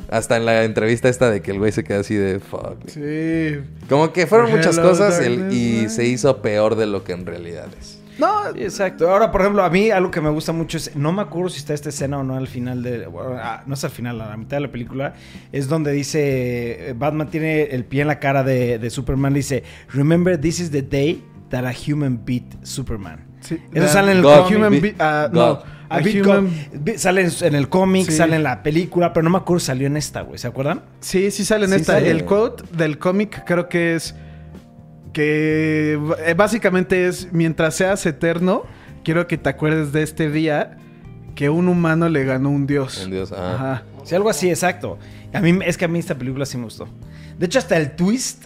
Speaker 2: Hasta en la entrevista esta de que el güey se queda así de fuck. güey".
Speaker 3: Sí.
Speaker 2: Como que fueron muchas
Speaker 3: Hello,
Speaker 2: cosas el-
Speaker 3: darkness,
Speaker 2: y
Speaker 3: night.
Speaker 2: se hizo peor de lo que en realidad es.
Speaker 3: No,
Speaker 1: Exacto. Ahora, por ejemplo, a mí algo que me gusta mucho es, no me acuerdo si está esta escena o no al final de, bueno, ah, no es al final, a la mitad de la película, es donde dice, eh, Batman tiene el pie en la cara de, de Superman, dice, remember this is the day that a human beat Superman.
Speaker 3: sí.
Speaker 1: Eso
Speaker 3: La-
Speaker 1: sale en el
Speaker 2: God.
Speaker 1: cómic.
Speaker 3: Human
Speaker 2: Be-
Speaker 3: Be- ah,
Speaker 2: God.
Speaker 3: no,
Speaker 1: A
Speaker 3: A
Speaker 1: Beat
Speaker 3: Human-
Speaker 1: Cop. Be- sale en, en el cómic,
Speaker 3: Sí.
Speaker 1: sale en la película, pero no me acuerdo si salió en esta, güey, ¿se acuerdan?
Speaker 3: Sí, sí sale en
Speaker 2: Sí
Speaker 3: esta.
Speaker 2: sale.
Speaker 3: El quote del cómic creo que es que eh, básicamente es mientras seas eterno, quiero que te acuerdes de este día que un humano le ganó un dios.
Speaker 2: Un dios, ah.
Speaker 3: Ajá.
Speaker 1: Sí, algo así, exacto. A mí, es que a mí esta película sí me gustó. De hecho, hasta el twist,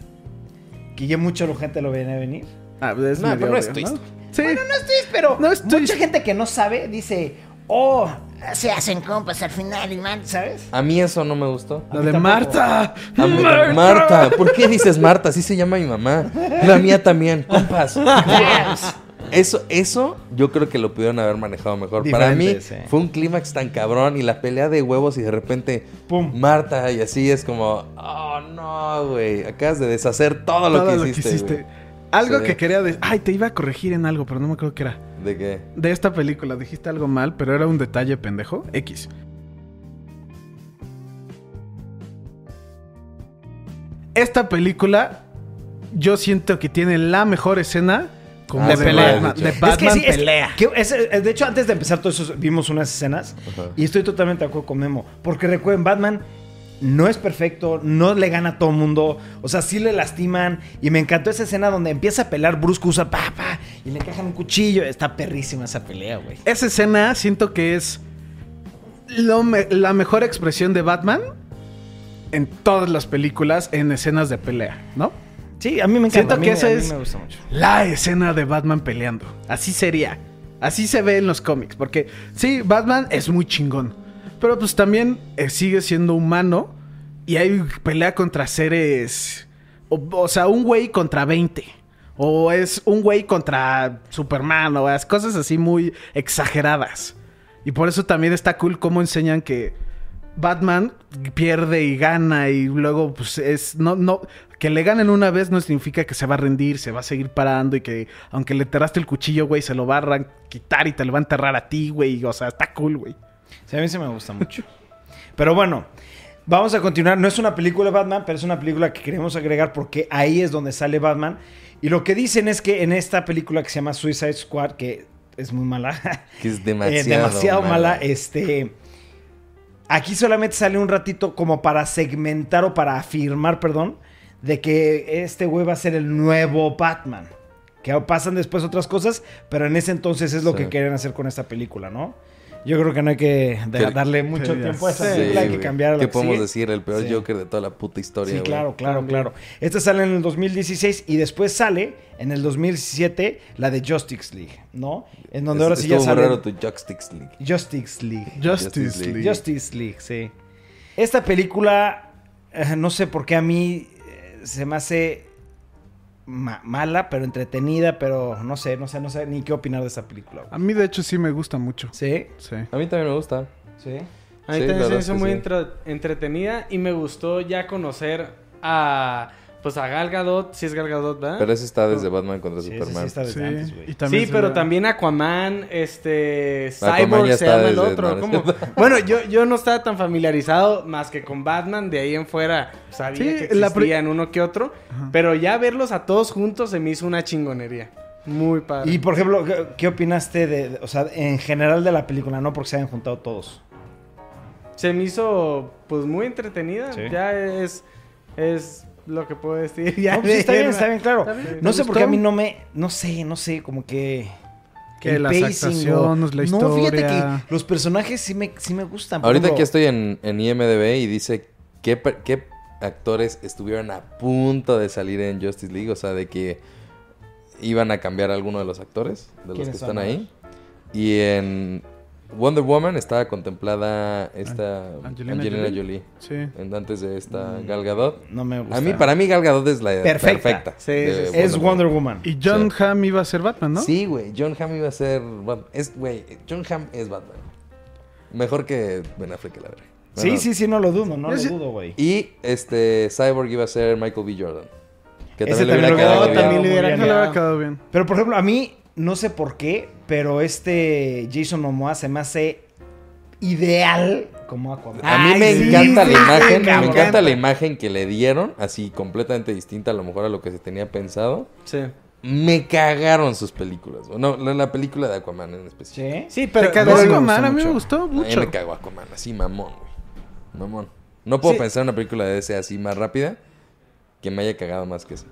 Speaker 1: que ya mucho la gente lo viene a venir.
Speaker 3: Ah, es
Speaker 2: No,
Speaker 3: medio
Speaker 2: pero no es
Speaker 3: obvio,
Speaker 2: twist.
Speaker 3: Sí.
Speaker 1: No es twist, pero
Speaker 3: No es
Speaker 1: mucha
Speaker 3: twist.
Speaker 1: gente que no sabe dice, oh, se hacen compas al final y man, ¿sabes?
Speaker 2: A mí eso no me gustó.
Speaker 1: A
Speaker 3: La
Speaker 1: mí
Speaker 3: de
Speaker 1: tampoco.
Speaker 3: Marta.
Speaker 2: A mí- Marta, ¿por qué dices Marta? Así se llama mi mamá. La mía también, compas. Eso, eso yo creo que lo pudieron haber manejado mejor. Para mí
Speaker 1: Diferente, sí.
Speaker 2: fue un clímax tan cabrón y la pelea de huevos y de repente
Speaker 1: Pum.
Speaker 2: Marta y así es como, oh no, güey, acabas de deshacer todo, lo que hiciste. güey".
Speaker 3: Algo
Speaker 2: Sí.
Speaker 3: que quería de- Ay, te iba a corregir en algo, pero no me acuerdo qué era.
Speaker 2: ¿De qué?
Speaker 3: De esta película dijiste algo mal, pero era un detalle pendejo. X. Esta película yo siento que tiene la mejor escena como
Speaker 2: Ah,
Speaker 3: de,
Speaker 2: sí, lo
Speaker 3: pelea, Batman,
Speaker 2: habías
Speaker 3: de
Speaker 2: dicho.
Speaker 3: Batman
Speaker 1: Es que sí, es-
Speaker 3: pelea.
Speaker 1: que es- es- de hecho, antes de empezar todo eso, vimos unas escenas
Speaker 2: Ajá.
Speaker 1: y estoy totalmente de acuerdo con Memo. Porque recuerden, Batman no es perfecto, no le gana a todo mundo, o sea, sí le lastiman. Y me encantó esa escena donde empieza a pelear Brusco, usa papa y le encajan un cuchillo. Está perrísima esa pelea, güey.
Speaker 3: Esa escena siento que es lo me- la mejor expresión de Batman en todas las películas en escenas de pelea, ¿no?
Speaker 1: Sí, a mí me encanta.
Speaker 3: Siento
Speaker 1: a mí
Speaker 3: que
Speaker 1: me-
Speaker 3: eso
Speaker 1: a mí
Speaker 3: es-
Speaker 1: me gusta mucho.
Speaker 3: La escena de Batman peleando. Así sería. Así se ve en los cómics. Porque sí, Batman es muy chingón. Pero pues también eh, sigue siendo humano. Y hay pelea contra seres... O, o sea, un güey contra 20. O es un güey contra Superman. O es cosas así muy exageradas. Y por eso también está cool cómo enseñan que Batman pierde y gana y luego pues es no no que le ganen una vez no significa que se va a rendir, se va a seguir parando y que aunque le enterraste el cuchillo, güey, se lo va a arran- quitar y te lo va a enterrar a ti, güey, o sea, está cool, güey.
Speaker 1: Sí, a mí sí me gusta mucho. Pero bueno, vamos a continuar. No es una película de Batman, pero es una película que queremos agregar porque ahí es donde sale Batman. Y lo que dicen es que en esta película que se llama Suicide Squad, que es muy mala,
Speaker 2: Que es
Speaker 1: eh,
Speaker 2: demasiado,
Speaker 1: demasiado mala,
Speaker 2: mala.
Speaker 1: este... Aquí solamente sale un ratito como para segmentar o para afirmar, perdón, de que este güey va a ser el nuevo Batman. Que pasan después otras cosas, pero en ese entonces es lo
Speaker 2: Sí.
Speaker 1: que quieren hacer con esta película, ¿no? Yo creo que no hay que de-
Speaker 2: Que-
Speaker 1: darle mucho
Speaker 3: Sí, ya
Speaker 1: tiempo a esa
Speaker 3: sé.
Speaker 1: película, hay que
Speaker 2: güey.
Speaker 1: cambiar a la
Speaker 2: ¿Qué
Speaker 1: que
Speaker 2: podemos
Speaker 1: sigue.
Speaker 2: decir? El peor
Speaker 1: Sí.
Speaker 2: Joker de toda la puta historia,
Speaker 1: Sí,
Speaker 2: güey.
Speaker 1: claro, claro, claro. Esta sale en el 2016 y después sale en el 2017 la de Justice League, ¿no? En donde
Speaker 2: Es-
Speaker 1: ahora sí ya
Speaker 2: estuvo muy
Speaker 1: sale
Speaker 2: raro tu Justice League.
Speaker 1: Justice League.
Speaker 2: Justice League.
Speaker 1: Justice League, sí. Esta película, eh, no sé por qué a mí eh, se me hace ma- mala, pero entretenida, pero no sé, no sé, no sé ni qué opinar de esta película. güey.
Speaker 3: A mí de hecho sí me gusta mucho.
Speaker 1: Sí,
Speaker 3: Sí.
Speaker 2: A mí también me gusta.
Speaker 1: sí.
Speaker 2: Sí,
Speaker 4: A mí
Speaker 2: la
Speaker 4: también se
Speaker 2: verdad
Speaker 4: me
Speaker 2: es
Speaker 4: hizo
Speaker 2: que
Speaker 4: muy
Speaker 2: sí.
Speaker 4: entra- entretenida y me gustó ya conocer a pues a Gal Gadot, si es Gal Gadot, ¿verdad?
Speaker 2: Pero ese está desde Batman contra
Speaker 1: Ah. Sí, ese sí
Speaker 2: Superman.
Speaker 1: está desde
Speaker 3: Sí,
Speaker 1: antes, güey.
Speaker 3: y también
Speaker 4: sí,
Speaker 3: se
Speaker 4: pero
Speaker 3: ve-
Speaker 4: también Aquaman, este,
Speaker 2: Aquaman ya
Speaker 4: Cyborg se
Speaker 2: está
Speaker 4: llama el
Speaker 2: desde-
Speaker 4: otro.
Speaker 2: no, no
Speaker 4: ¿cómo?
Speaker 2: es cierto.
Speaker 4: Bueno, yo, yo no estaba tan familiarizado más que con Batman, de ahí en fuera sabía
Speaker 3: Sí,
Speaker 4: que
Speaker 3: la pri-
Speaker 4: existían uno que otro, pero ya verlos a todos juntos se me hizo una chingonería. Muy padre.
Speaker 1: Y por ejemplo, ¿qué, qué opinaste de, de- o sea, en general de la película? No porque se hayan juntado todos.
Speaker 4: se me hizo pues muy entretenida.
Speaker 1: Sí.
Speaker 4: Ya es, es lo que puedo decir. Ya
Speaker 1: No, pues sí, está
Speaker 4: de-
Speaker 1: bien, está bien, claro.
Speaker 4: Está bien,
Speaker 1: no
Speaker 4: ¿te
Speaker 1: sé por
Speaker 4: gustó?
Speaker 1: qué a mí no me, no sé, no sé, como que...
Speaker 3: Que las
Speaker 1: pacing,
Speaker 3: actuaciones, la
Speaker 1: No, fíjate
Speaker 3: historia.
Speaker 1: que los personajes sí me, sí me gustan. por
Speaker 2: Ahorita
Speaker 1: ejemplo,
Speaker 2: que estoy en, en IMDB y dice qué, per- qué actores estuvieron a punto de salir en Justice League, o sea, de que iban a cambiar a alguno de los actores, de los
Speaker 1: ¿Quiénes
Speaker 2: que
Speaker 1: son
Speaker 2: están ahí. Y en Wonder Woman estaba contemplada esta
Speaker 3: An-
Speaker 2: Angelina,
Speaker 3: Angelina
Speaker 2: Jolie,
Speaker 3: Jolie. Sí.
Speaker 2: en- antes de esta Gal Gadot.
Speaker 1: No Mm. me gusta.
Speaker 2: A mí, para mí Gal Gadot es la
Speaker 1: Perfecta.
Speaker 2: perfecta.
Speaker 4: Sí,
Speaker 2: de
Speaker 4: sí, sí.
Speaker 1: Es Wonder Woman.
Speaker 3: Y John
Speaker 2: Sí.
Speaker 3: Hamm iba a ser Batman, ¿no?
Speaker 2: Sí, güey. John Hamm iba a ser Batman. Es, güey, John Hamm es Batman. Mejor que Ben Affleck, la verdad.
Speaker 1: Sí,
Speaker 2: Bueno,
Speaker 1: sí, sí, no lo dudo, no
Speaker 3: Yo
Speaker 1: lo
Speaker 3: sí-
Speaker 1: dudo, güey.
Speaker 2: Y este Cyborg iba a ser Michael B. Jordan. Que
Speaker 1: Ese
Speaker 2: también le hubiera
Speaker 1: también
Speaker 2: quedado
Speaker 1: lo
Speaker 4: No,
Speaker 2: muy
Speaker 1: hubiera
Speaker 2: bien.
Speaker 4: también le
Speaker 1: muy
Speaker 4: hubiera
Speaker 1: bien.
Speaker 3: No le
Speaker 4: quedado.
Speaker 3: había quedado bien.
Speaker 1: Pero por ejemplo, a mí no sé por qué, pero este Jason Momoa se me hace ideal como Aquaman.
Speaker 2: A mí
Speaker 4: Ay,
Speaker 2: me
Speaker 4: sí,
Speaker 2: encanta
Speaker 4: sí,
Speaker 2: la
Speaker 4: sí,
Speaker 2: imagen, me
Speaker 1: cabrón.
Speaker 2: encanta la imagen que le dieron, así completamente distinta a lo mejor a lo que se tenía pensado.
Speaker 4: Sí.
Speaker 2: Me cagaron sus películas. güey. No, la, la película de Aquaman en especial.
Speaker 1: ¿Sí?
Speaker 4: Sí, pero
Speaker 3: Pero
Speaker 4: cada vez-
Speaker 1: me gustó
Speaker 3: Aquaman a mí me
Speaker 1: mucho.
Speaker 3: gustó
Speaker 2: A mí
Speaker 3: mucho.
Speaker 2: me cagó Aquaman, así mamón, güey. Mamón. No puedo
Speaker 4: Sí.
Speaker 2: pensar en una película de ese así más rápida que me haya cagado más que esa.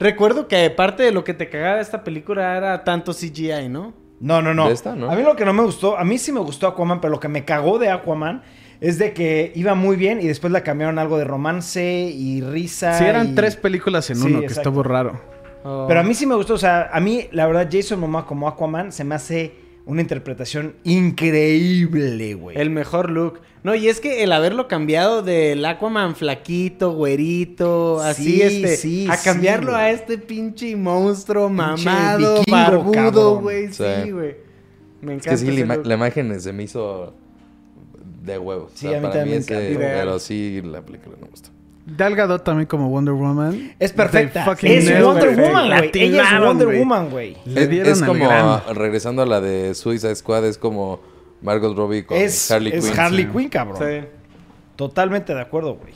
Speaker 4: Recuerdo que parte de lo que te cagaba de esta película era tanto CGI, ¿no?
Speaker 1: No, no, no.
Speaker 2: ¿De esta, no?
Speaker 1: A mí lo que no me gustó, a mí sí me gustó Aquaman, pero lo que me cagó de Aquaman es de que iba muy bien y después la cambiaron a algo de romance y risa.
Speaker 3: Sí, eran
Speaker 1: y-
Speaker 3: tres películas en
Speaker 1: Sí,
Speaker 3: uno, que
Speaker 1: exacto.
Speaker 3: estuvo raro.
Speaker 1: Pero a mí sí me gustó, o sea, a mí la verdad Jason Momoa como Aquaman se me hace una interpretación increíble, güey.
Speaker 4: El mejor look. No, y es que el haberlo cambiado del Aquaman flaquito, güerito, así
Speaker 1: Sí,
Speaker 4: este.
Speaker 1: sí,
Speaker 4: a
Speaker 1: sí,
Speaker 4: cambiarlo
Speaker 1: güey.
Speaker 4: a este pinche monstruo
Speaker 1: Pinche
Speaker 4: mamado,
Speaker 1: vikingo,
Speaker 4: barbudo,
Speaker 1: cabrón.
Speaker 4: güey. Sí,
Speaker 2: Sí.
Speaker 4: güey. Me
Speaker 2: Es
Speaker 4: encanta.
Speaker 2: que sí, la,
Speaker 4: ese
Speaker 2: ima-
Speaker 4: look.
Speaker 2: la imagen se me hizo de huevos.
Speaker 1: Sí, a mí también me encanta.
Speaker 2: Pero sí, la película no me gustó.
Speaker 3: Gal Gadot también como Wonder Woman.
Speaker 1: Es
Speaker 3: They
Speaker 1: perfecta.
Speaker 3: fucking
Speaker 1: Es
Speaker 3: nailed
Speaker 1: Wonder
Speaker 3: it.
Speaker 1: Woman, güey. Ella es
Speaker 3: Latinaron,
Speaker 1: Wonder
Speaker 3: güey.
Speaker 1: Woman, güey.
Speaker 3: Le
Speaker 2: es,
Speaker 3: dieron
Speaker 2: es
Speaker 3: al
Speaker 2: como,
Speaker 3: grano.
Speaker 2: regresando a la de Suicide Squad, es como Margot Robbie con
Speaker 1: Es
Speaker 2: Harley
Speaker 1: Harley,
Speaker 2: Quinn.
Speaker 1: es Harley
Speaker 3: sí.
Speaker 1: Quinn, cabrón.
Speaker 4: Sí.
Speaker 1: Totalmente de acuerdo, güey.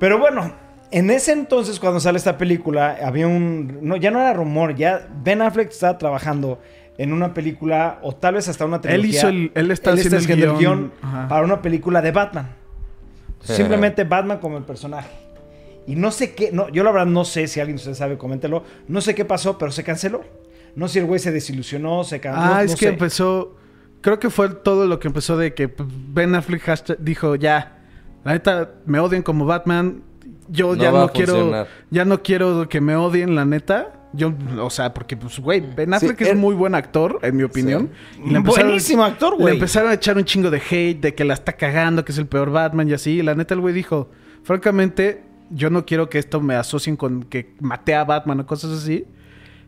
Speaker 1: Pero bueno, en ese entonces cuando sale esta película, había un... No, ya no era rumor, ya Ben Affleck estaba trabajando en una película o tal vez hasta una trilogía.
Speaker 3: hizo el- él está haciendo el guión. Ajá.
Speaker 1: para una película de Batman. Simplemente Batman como el personaje. Y no sé qué, no, yo la verdad no sé si alguien usted sabe, coméntelo. No sé qué pasó, pero se canceló. No sé si el güey se desilusionó, se canceló.
Speaker 3: Ah,
Speaker 1: no
Speaker 3: es que
Speaker 1: sé.
Speaker 3: empezó. Creo que fue todo lo que empezó de que pues, Ben Affleck hashtag dijo ya. La neta, me odian como Batman. Yo
Speaker 2: No
Speaker 3: ya
Speaker 2: va
Speaker 3: no
Speaker 2: a
Speaker 3: quiero.
Speaker 2: funcionar.
Speaker 3: Ya no quiero que me odien, la neta. Yo, o sea, porque, pues, güey, Ben Affleck es
Speaker 2: er-
Speaker 3: muy buen actor, en mi opinión. Y le empezaron-
Speaker 1: Buenísimo actor,
Speaker 3: Le
Speaker 1: güey.
Speaker 3: empezaron a echar un chingo de hate, de que la está cagando, que es el peor Batman y así. Y la neta, el güey dijo, francamente, yo no quiero que esto me asocien con que maté a Batman o cosas así.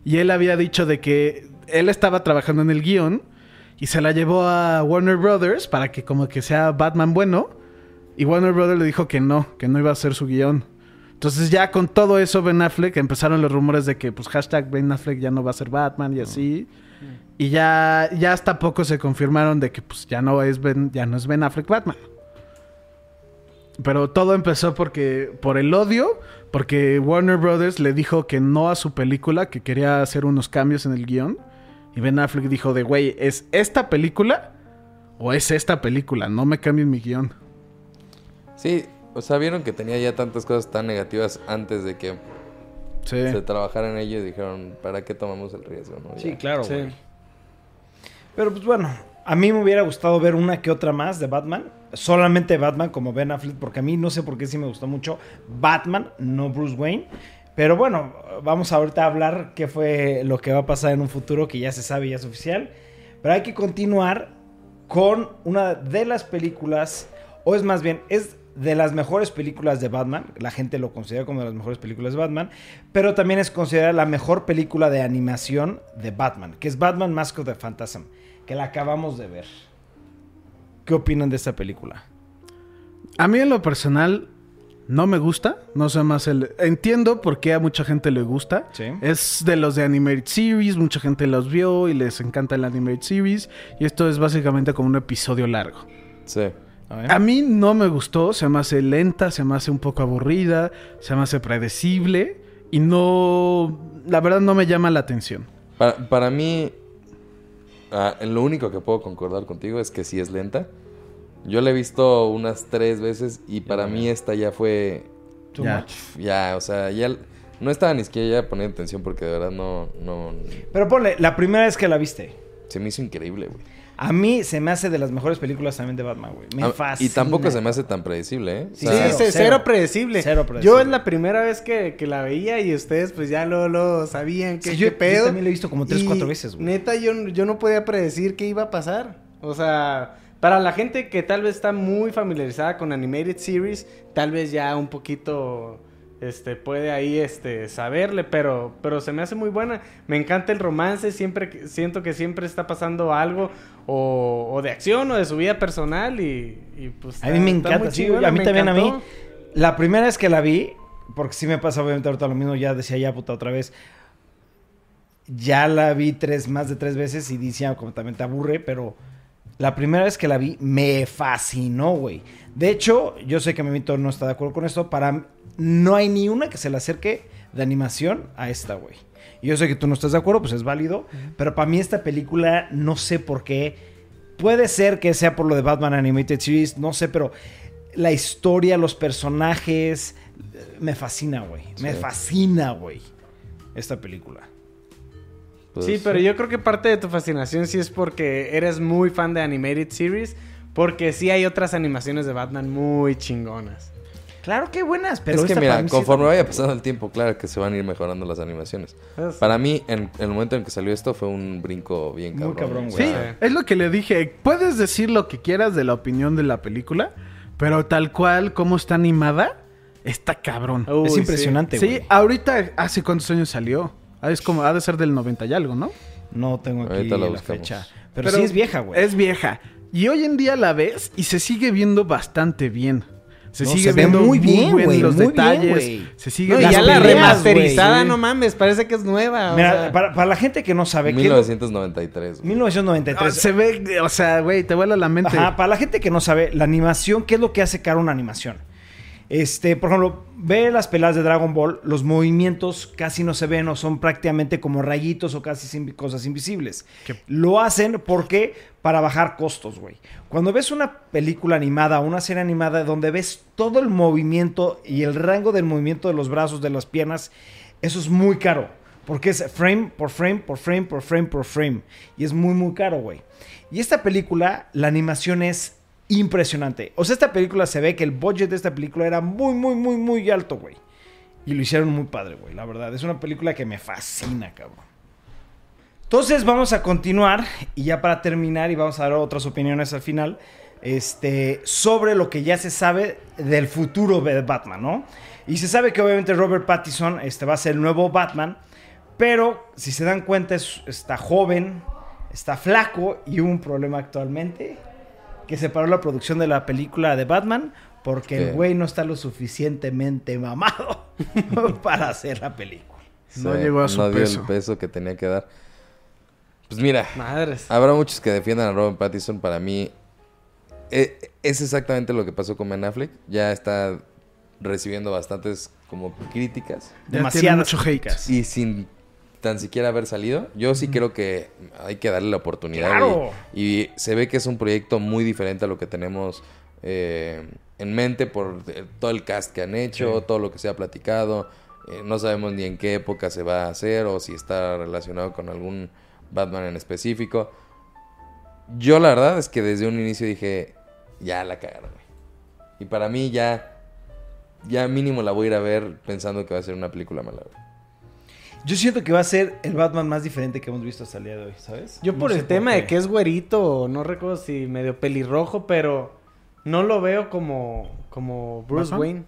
Speaker 3: Y él había dicho de que él estaba trabajando en el guión y se la llevó a Warner Brothers para que como que sea Batman bueno. Y Warner Brothers le dijo que no, que no iba a ser su guión. Entonces ya con todo eso Ben Affleck empezaron los rumores de que pues hashtag Ben Affleck ya no va a ser Batman y así. Y ya, ya hasta poco se confirmaron de que pues ya no es Ben, ya no es Ben Affleck Batman. Pero todo empezó porque por el odio, porque Warner Brothers le dijo que no a su película, que quería hacer unos cambios en el guión. Y Ben Affleck dijo de, güey, ¿es esta película o es esta película? No me cambien mi guión.
Speaker 2: Sí, o sea, vieron que tenía ya tantas cosas tan negativas antes de que
Speaker 3: Sí.
Speaker 2: se trabajara en ello y dijeron, ¿para qué tomamos el riesgo? no?
Speaker 1: Sí,
Speaker 2: Ya.
Speaker 1: claro.
Speaker 4: Sí.
Speaker 1: güey. Pero pues bueno, a mí me hubiera gustado ver una que otra más de Batman. Solamente Batman como Ben Affleck, porque a mí no sé por qué sí me gustó mucho Batman, no Bruce Wayne. Pero bueno, vamos ahorita a hablar qué fue lo que va a pasar en un futuro que ya se sabe, ya es oficial. Pero hay que continuar con una de las películas, o es más bien, es de las mejores películas de Batman. La gente lo considera como de las mejores películas de Batman, pero también es considerada la mejor película de animación de Batman, que es Batman Mask of the Phantasm, que la acabamos de ver. ¿Qué opinan de esta película?
Speaker 3: A mí en lo personal no me gusta, no sé más el... Entiendo por qué a mucha gente le gusta.
Speaker 1: Sí.
Speaker 3: Es de los de Animated Series, mucha gente los vio y les encanta el Animated Series. Y esto es básicamente como un episodio largo.
Speaker 1: ¿Eh?
Speaker 2: Sí.
Speaker 1: A
Speaker 3: A mí no me gustó, se me hace lenta, se me hace un poco aburrida, se me hace predecible y no, la verdad no me llama la atención.
Speaker 2: Para, para mí, ah, lo único que puedo concordar contigo es que sí es lenta. Yo la he visto unas tres veces y para mí esta ya fue
Speaker 1: Too
Speaker 3: Ya.
Speaker 1: much.
Speaker 2: Ya, o sea, ya l- no estaba ni siquiera ya poniendo atención porque de verdad no, no,
Speaker 1: Pero ponle, la primera vez que la viste.
Speaker 2: se me hizo increíble, güey.
Speaker 1: A mí se me hace de las mejores películas también de Batman, güey. Me
Speaker 2: A-
Speaker 1: fascina.
Speaker 2: Ah, Y tampoco se me hace tan predecible, ¿eh? O
Speaker 1: Sí,
Speaker 4: Sí,
Speaker 2: sea,
Speaker 1: Claro,
Speaker 4: sí, cero,
Speaker 1: cero.
Speaker 4: predecible.
Speaker 1: Cero predecible.
Speaker 4: Yo es la primera vez que, que la veía y ustedes pues ya lo, lo sabían que
Speaker 1: Sí, yo-
Speaker 4: qué pedo.
Speaker 1: yo también la he visto como tres,
Speaker 4: Y
Speaker 1: cuatro veces, güey.
Speaker 4: Neta, yo, yo no podía predecir qué iba a pasar. O sea, para la gente que tal vez está muy familiarizada con Animated Series, tal vez ya un poquito este puede ahí este saberle, pero pero se me hace muy buena. Me encanta el romance, siempre que- siento que siempre está pasando algo o, o de acción o de su vida personal y, y, pues
Speaker 1: A mí me
Speaker 4: está- está muy
Speaker 1: encanta, sí,
Speaker 4: chingona,
Speaker 1: a mí
Speaker 4: me
Speaker 1: también a mí.
Speaker 4: encantó.
Speaker 1: La primera vez que la vi, porque sí me pasa obviamente ahorita lo mismo, ya decía ya puta otra vez. Ya la vi tres, más de tres veces y decía como también te aburre, pero la primera vez que la vi me fascinó, güey. De hecho, yo sé que Memito no está de acuerdo con esto, para m- no hay ni una que se le acerque de animación a esta, güey. Y Yo sé que tú no estás de acuerdo, pues es válido, pero para mí esta película no sé por qué Puede ser que sea por lo de Batman Animated Series, no sé, pero la historia, los personajes, eh, me fascina, güey. Me
Speaker 2: Sí.
Speaker 1: fascina, güey. Esta película.
Speaker 2: pues,
Speaker 4: sí, pero yo creo que parte de tu fascinación sí es porque eres muy fan de Animated Series. Porque sí hay otras animaciones de Batman muy chingonas.
Speaker 1: Claro que buenas, pero
Speaker 2: es que
Speaker 1: esta para
Speaker 2: mira,
Speaker 1: mí sí
Speaker 2: conforme
Speaker 1: está-
Speaker 2: vaya pasando el tiempo, claro que se van a ir mejorando las animaciones.
Speaker 4: Es-
Speaker 2: Para mí, en, en el momento en que salió esto, fue un brinco bien
Speaker 1: Muy
Speaker 2: cabrón.
Speaker 1: cabrón,
Speaker 2: o
Speaker 1: güey.
Speaker 3: Sí,
Speaker 2: sea,
Speaker 3: es lo que le dije. Puedes decir lo que quieras de la opinión de la película, pero tal cual como está animada, está cabrón.
Speaker 4: Uy,
Speaker 1: es
Speaker 4: sí.
Speaker 1: impresionante, güey.
Speaker 3: Sí, ahorita, ¿hace cuántos años salió? Ah, Es como, ha de ser del 90 y algo, ¿no?
Speaker 1: No tengo aquí
Speaker 2: Ahorita
Speaker 1: la,
Speaker 2: la buscamos.
Speaker 1: fecha. Pero, sí es vieja, güey.
Speaker 3: Es vieja. Y hoy en día la ves y se sigue viendo bastante bien. Se
Speaker 1: No,
Speaker 3: sigue
Speaker 1: se ve
Speaker 3: viendo
Speaker 1: muy
Speaker 3: muy
Speaker 1: bien,
Speaker 3: bien,
Speaker 1: güey,
Speaker 3: los
Speaker 1: muy bien,
Speaker 3: detalles.
Speaker 1: güey.
Speaker 3: se sigue
Speaker 4: No, y
Speaker 1: Las
Speaker 4: ya la
Speaker 1: peleas,
Speaker 4: remasterizada,
Speaker 1: güey, sí.
Speaker 4: no mames, parece que es nueva. o
Speaker 1: Mira,
Speaker 4: sea.
Speaker 1: para, para la gente que no sabe, ¿qué es lo-
Speaker 2: 1993. güey.
Speaker 1: 1993.
Speaker 3: Ah, se ve, o sea, güey, te vuela la mente.
Speaker 1: Ajá, para la gente que no sabe, la animación, ¿qué es lo que hace cara a una animación? Este, por ejemplo, ve las peladas de Dragon Ball, los movimientos casi no se ven o son prácticamente como rayitos o casi sin- cosas invisibles.
Speaker 3: Qué-
Speaker 1: Lo hacen porque para bajar costos, güey. Cuando ves una película animada o una serie animada donde ves todo el movimiento y el rango del movimiento de los brazos, de las piernas, eso es muy caro. Porque es frame por frame, por frame, por frame, por frame. Y es muy, muy caro, güey. Y esta película, la animación es impresionante. O sea, esta película se ve que el budget de esta película era muy, muy, muy, muy alto, güey. Y lo hicieron muy padre, güey, la verdad. Es una película que me fascina, cabrón. Entonces vamos a continuar y ya para terminar y vamos a dar otras opiniones al final este, sobre lo que ya se sabe del futuro de Batman, ¿no? Y se sabe que obviamente Robert Pattinson este, va a ser el nuevo Batman, pero si se dan cuenta es- está joven, está flaco y hubo un problema actualmente que separó la producción de la película de Batman porque
Speaker 2: ¿Qué?
Speaker 1: el güey no está lo suficientemente mamado para hacer la película.
Speaker 3: No llegó a su
Speaker 2: no dio
Speaker 3: peso.
Speaker 2: el peso que tenía que dar. Pues mira,
Speaker 4: Madres.
Speaker 1: Ah,
Speaker 2: habrá muchos que defiendan a Robin Pattinson. Para mí, eh, es exactamente lo que pasó con Ben Affleck. Ya está recibiendo bastantes como críticas.
Speaker 3: tiene
Speaker 1: Demasiadas
Speaker 3: mucho hate.
Speaker 1: críticas.
Speaker 2: Y sin tan siquiera haber salido, yo sí creo que hay que darle la oportunidad.
Speaker 1: ¡Claro!
Speaker 2: Y, y se ve que es un proyecto muy diferente a lo que tenemos eh, en mente por eh, todo el cast que han hecho, todo lo que se ha platicado. Eh, no sabemos ni en qué época se va a hacer o si está relacionado con algún Batman en específico. Yo la verdad es que desde un inicio dije, ya la cagaron. güey". Y para mí ya... Ya mínimo la voy a ir a ver pensando que va a ser una película mala. güey.
Speaker 1: Yo siento que va a ser el Batman más diferente que hemos visto hasta el día de hoy, ¿sabes?
Speaker 4: Yo
Speaker 1: No
Speaker 4: por
Speaker 1: sé
Speaker 4: el tema de
Speaker 1: qué.
Speaker 4: que es güerito, no recuerdo si medio pelirrojo, pero no lo veo como, como Bruce
Speaker 3: ¿Batman?
Speaker 4: Wayne.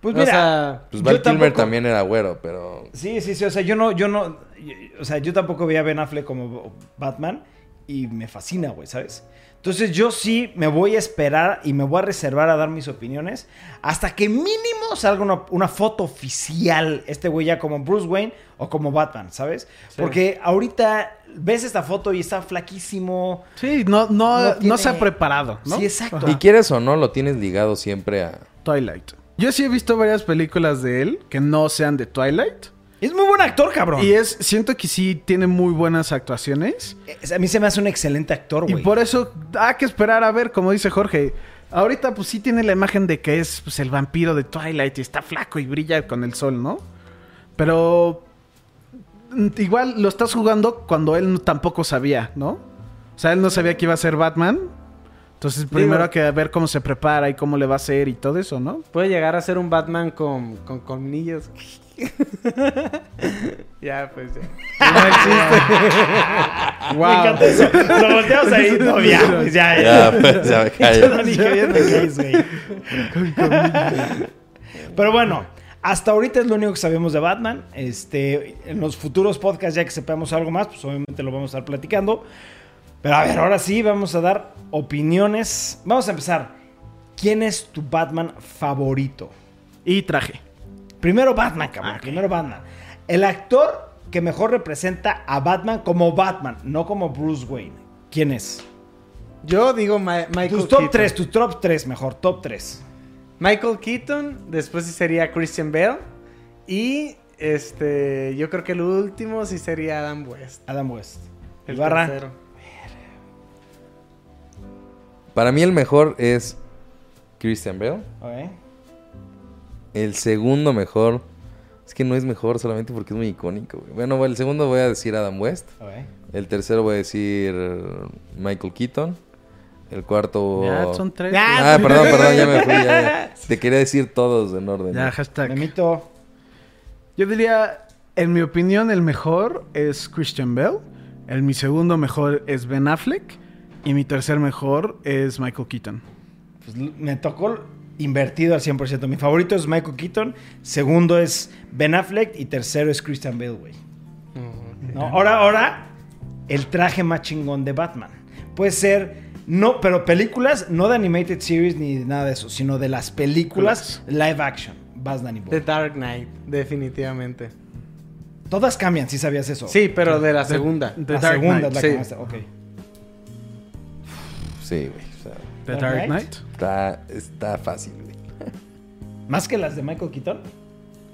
Speaker 1: Pues
Speaker 4: O
Speaker 1: mira,
Speaker 4: sea,
Speaker 2: Pues
Speaker 1: Yo
Speaker 2: Val Kilmer
Speaker 1: tampoco-
Speaker 2: también era güero, pero.
Speaker 1: Sí, sí, sí, o sea, yo no, yo no, yo- o sea, yo tampoco veía a Ben Affleck como Batman y me fascina, güey, ¿sabes? Entonces yo sí me voy a esperar y me voy a reservar a dar mis opiniones hasta que mínimo salga una, una foto oficial, este güey ya como Bruce Wayne o como Batman, ¿sabes? Porque ahorita ves esta foto y está flaquísimo.
Speaker 3: Sí, no, no,
Speaker 1: No
Speaker 3: no,
Speaker 1: tiene-
Speaker 3: se ha preparado, ¿no?
Speaker 1: Sí, exacto.
Speaker 2: Y quieres o no, lo tienes ligado siempre a.
Speaker 3: Twilight. Yo sí he visto varias películas de él que no sean de Twilight.
Speaker 1: Es muy buen actor, cabrón.
Speaker 3: Y es, siento que sí tiene muy buenas actuaciones.
Speaker 1: Es- A mí se me hace un excelente actor,
Speaker 3: Y
Speaker 1: Oh, güey.
Speaker 3: por eso hay que esperar a ver, como dice Jorge. Ahorita pues sí tiene la imagen de que es pues, el vampiro de Twilight y está flaco y brilla con el sol, ¿no? Pero mm, igual lo estás jugando cuando él no- tampoco sabía, ¿no? O sea, él no sabía que iba a ser Batman. Entonces primero hay que ver cómo se prepara y cómo le va a ser y todo eso, ¿no?
Speaker 4: Puede llegar a ser un Batman con, con colmillos. ya, pues ya.
Speaker 1: Me encanta eso. Lo volteamos ahí. No, ya, pues ya.
Speaker 2: Ya, pues, ya me callo.
Speaker 1: Yo no dije bien de gays, güey. Pero bueno, hasta ahorita es lo único que sabemos de Batman. Este, en los futuros podcasts, ya que sepamos algo más, pues obviamente lo vamos a estar platicando. Pero a ver, ahora sí vamos a dar opiniones. Vamos a empezar. ¿Quién es tu Batman favorito?
Speaker 3: Y traje.
Speaker 1: Primero Batman, cabrón. Primero Batman. El actor que mejor representa a Batman como Batman, no como Bruce Wayne. ¿Quién es?
Speaker 4: Yo digo Ma- Michael
Speaker 1: Tus
Speaker 4: Keaton.
Speaker 1: top 3, tus top 3 mejor, top 3.
Speaker 4: Michael Keaton, después sí sería Christian Bale. Y este, yo creo que el último sí sería Adam West.
Speaker 1: Adam West.
Speaker 4: El
Speaker 1: Ibarra.
Speaker 4: tercero.
Speaker 2: Para mí el mejor es Christian Bale.
Speaker 1: Ok.
Speaker 2: El segundo mejor. Es que no es mejor solamente porque es muy icónico, güey. Bueno, el segundo voy a decir Adam West.
Speaker 1: ok.
Speaker 2: El tercero voy a decir Michael Keaton. El
Speaker 1: Oh.
Speaker 2: cuarto.
Speaker 3: Ya, son tres.
Speaker 2: Ah, perdón, perdón, ya me fui. ya, ya. Te quería decir todos en
Speaker 1: pues,
Speaker 2: orden.
Speaker 3: Ya, hashtag.
Speaker 1: Memito.
Speaker 3: Yo diría, en mi opinión, el mejor es Christian Bell. El mi segundo mejor es Ben Affleck. Y mi tercer mejor es Michael Keaton.
Speaker 1: Pues, l- me tocó invertido al 100%. Mi favorito es Michael Keaton. Segundo es Ben Affleck. Y tercero es Christian Bale, güey. No, ahora, ahora, el traje más chingón de Batman. Puede ser, no, pero películas, no de animated series ni nada de eso, sino de las películas live action. Vas, Danny
Speaker 4: The
Speaker 1: Boy.
Speaker 4: Dark Knight, definitivamente.
Speaker 1: Todas cambian, si sabías eso.
Speaker 4: Sí, pero de la segunda.
Speaker 3: de-
Speaker 1: la
Speaker 3: The Dark
Speaker 1: segunda
Speaker 3: Knight,
Speaker 1: es la
Speaker 4: sí.
Speaker 1: que más. Ok.
Speaker 2: Sí, güey. o sea,
Speaker 3: The
Speaker 1: Dark
Speaker 3: Dark
Speaker 1: Knight.
Speaker 3: Knight.
Speaker 2: está, está fácil, güey.
Speaker 1: Más que las de Michael Keaton.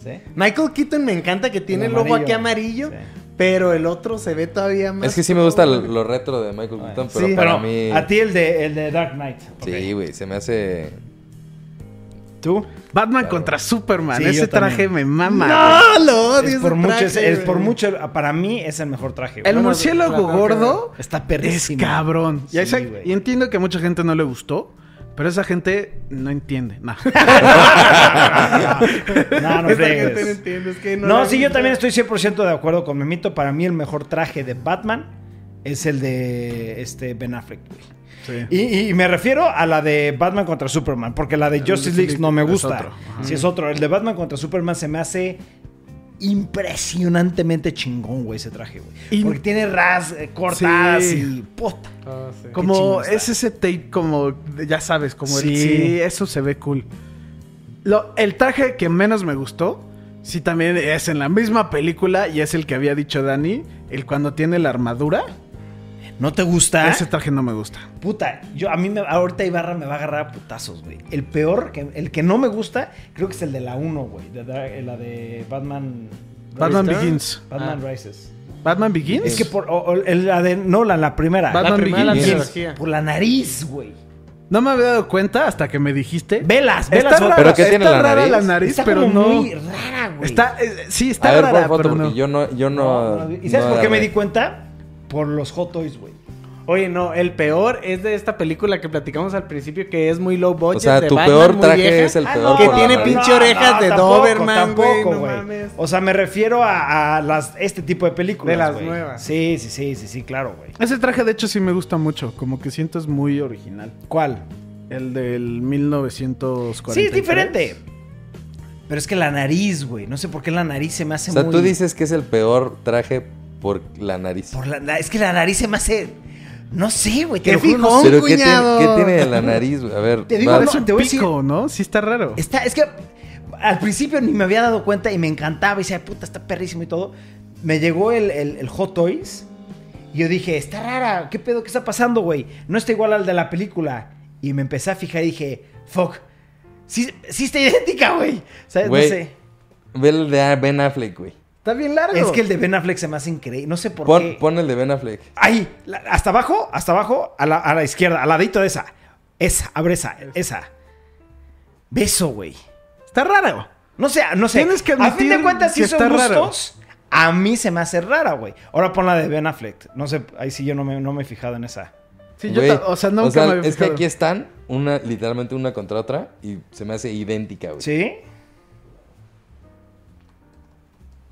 Speaker 1: ¿Sí?
Speaker 5: Michael Keaton me encanta que tiene el, logo
Speaker 1: amarillo.
Speaker 5: aquí amarillo,
Speaker 1: Sí.
Speaker 5: pero el otro se ve todavía más.
Speaker 2: Es que sí me gusta lo lo retro de Michael
Speaker 1: Bueno,
Speaker 2: Keaton,
Speaker 5: sí.
Speaker 2: pero para
Speaker 1: Pero
Speaker 2: mí.
Speaker 1: a ti el de, el de Dark Knight.
Speaker 2: Sí, güey, se me hace.
Speaker 1: ¿Tú?
Speaker 3: Batman contra Superman.
Speaker 1: Sí, yo
Speaker 3: Ese traje
Speaker 1: también.
Speaker 3: me mama. güey.
Speaker 4: ¡Ah,
Speaker 5: No, lo odio.
Speaker 1: Es
Speaker 5: ese
Speaker 1: por, mucho,
Speaker 5: traje,
Speaker 1: es, es
Speaker 5: güey.
Speaker 1: por mucho, para mí es el mejor traje. güey.
Speaker 3: El murciélago gordo
Speaker 1: Está
Speaker 3: es
Speaker 1: perrísimo.
Speaker 3: cabrón.
Speaker 1: Sí,
Speaker 3: y, esa-
Speaker 1: güey.
Speaker 3: y entiendo que a mucha gente no le gustó, pero esa gente no entiende. No.
Speaker 1: no, no
Speaker 5: Esa gente no
Speaker 1: fregues.
Speaker 5: entiende, es que no
Speaker 1: No,
Speaker 5: la
Speaker 1: sí,
Speaker 5: vi.
Speaker 1: yo también estoy 100% de acuerdo con Memito. Para mí el mejor traje de Batman es el de este Ben Affleck. güey.
Speaker 3: Sí.
Speaker 1: Y, y me refiero a la de Batman contra Superman, porque la de Justice League no me
Speaker 3: Ah, es
Speaker 1: gusta.
Speaker 3: otro.
Speaker 1: Si es otro, el de Batman contra Superman se me hace impresionantemente chingón, güey, ese traje, güey.
Speaker 3: Y-
Speaker 1: Porque tiene ras eh, cortadas
Speaker 3: Sí.
Speaker 1: y puta.
Speaker 4: Ah,
Speaker 3: Como
Speaker 1: chingón está.
Speaker 3: es ese tape, como de- ya sabes, como el-
Speaker 1: Sí.
Speaker 3: sí. eso se ve cool. Lo- el traje que menos me gustó, sí, también es en la misma película y es el que había dicho Dani, el cuando tiene la armadura.
Speaker 1: ¿No te gusta?
Speaker 3: Ese traje no me gusta.
Speaker 1: Puta, yo a mí me, ahorita Ibarra me va a agarrar a putazos, güey. El peor, que, el que no me gusta, creo que es el de la 1, güey. de- de- eh, la de Batman.
Speaker 3: Batman
Speaker 1: Rises.
Speaker 3: Begins.
Speaker 1: Batman Rises.
Speaker 3: ¿Batman Begins?
Speaker 1: Es que por. o- o el- la de Nolan, la primera.
Speaker 3: Batman
Speaker 4: La primera la
Speaker 3: Begins.
Speaker 4: trilogía.
Speaker 1: Por la nariz, güey.
Speaker 3: No me había dado cuenta hasta que me dijiste.
Speaker 1: Velas, velas.
Speaker 3: Está
Speaker 1: otra.
Speaker 3: rara,
Speaker 2: ¿Pero qué tiene
Speaker 3: está
Speaker 2: la
Speaker 3: rara
Speaker 2: nariz?
Speaker 3: la nariz,
Speaker 1: Está
Speaker 3: pero
Speaker 1: como
Speaker 3: no.
Speaker 1: muy rara, güey.
Speaker 3: Está, eh, sí, está
Speaker 2: a ver,
Speaker 3: rara,
Speaker 2: pon foto,
Speaker 3: pero
Speaker 2: porque
Speaker 3: no.
Speaker 2: yo no. Yo
Speaker 1: No,
Speaker 2: no,
Speaker 1: no, ¿Y sabes
Speaker 2: no
Speaker 1: por qué me di
Speaker 2: agarré.
Speaker 1: cuenta? Por los Hot Toys, güey.
Speaker 4: Oye, no, el peor es de esta película que platicamos al principio que es muy low budget.
Speaker 2: O sea,
Speaker 4: de
Speaker 2: tu
Speaker 4: Batman,
Speaker 2: peor
Speaker 4: muy
Speaker 2: traje
Speaker 4: vieja.
Speaker 2: es el
Speaker 1: Ah,
Speaker 2: peor.
Speaker 1: no,
Speaker 5: que
Speaker 2: por la
Speaker 5: tiene
Speaker 2: nariz.
Speaker 5: pinche orejas de Doberman, güey,
Speaker 1: tampoco,
Speaker 5: no
Speaker 1: güey.
Speaker 5: mames.
Speaker 1: o sea, me refiero a, a las, este tipo de películas.
Speaker 4: De las
Speaker 1: güey.
Speaker 4: nuevas.
Speaker 1: Sí, sí, sí, sí, sí, claro, güey.
Speaker 3: Ese traje, de hecho, sí me gusta mucho. Como que siento es muy original.
Speaker 1: ¿Cuál?
Speaker 3: El del 1940.
Speaker 1: Sí, es diferente. Pero es que la nariz, güey. No sé por qué la nariz se me hace
Speaker 2: O sea,
Speaker 1: muy.
Speaker 2: tú dices que es el peor traje por la nariz.
Speaker 1: Por la- es que la nariz se me hace. No sé, güey. Te
Speaker 5: Qué
Speaker 1: lo juro, no
Speaker 5: fijón.
Speaker 1: sé.
Speaker 2: Pero ¿qué,
Speaker 5: cuñado.
Speaker 2: tiene, ¿qué tiene en la nariz? güey? A ver,
Speaker 1: Te digo,
Speaker 2: va-
Speaker 1: no,
Speaker 3: Es un
Speaker 1: Te voy a decir-
Speaker 3: pico, ¿no? Sí está raro.
Speaker 1: Está, es que al principio ni me había dado cuenta y me encantaba y decía, puta, está perrísimo y todo. Me llegó el, el- el Hot Toys y yo dije, está rara, ¿qué pedo? ¿Qué está pasando, güey? No está igual al de la película. Y me empecé a fijar y dije, fuck, sí, sí está idéntica, güey. ¿Sabes?
Speaker 2: Güey,
Speaker 1: no sé.
Speaker 2: ve el de Ben Affleck, güey.
Speaker 3: Está bien largo.
Speaker 1: Es que el de Ben Affleck se me hace increíble. No sé por qué.
Speaker 2: Pon, pon el de Ben Affleck.
Speaker 1: Ahí, la- hasta abajo, hasta abajo, a la, a la izquierda, al ladito de esa. Esa, abre esa, esa. Beso, güey.
Speaker 3: Está raro.
Speaker 1: No sé, no sé.
Speaker 3: Tienes que
Speaker 1: A fin de
Speaker 3: admitir
Speaker 1: cuentas, si
Speaker 3: que
Speaker 1: son
Speaker 3: está raro.
Speaker 1: gustos, a mí se me hace rara, güey. Ahora pon la de Ben Affleck. No sé, ahí sí yo no me, no me he fijado en esa.
Speaker 3: Sí, yo
Speaker 2: Güey,
Speaker 3: ta- o sea, nunca me había
Speaker 2: Es que
Speaker 3: fijado.
Speaker 2: aquí están, una, literalmente una contra otra, y se me hace idéntica, güey.
Speaker 1: ¿Sí?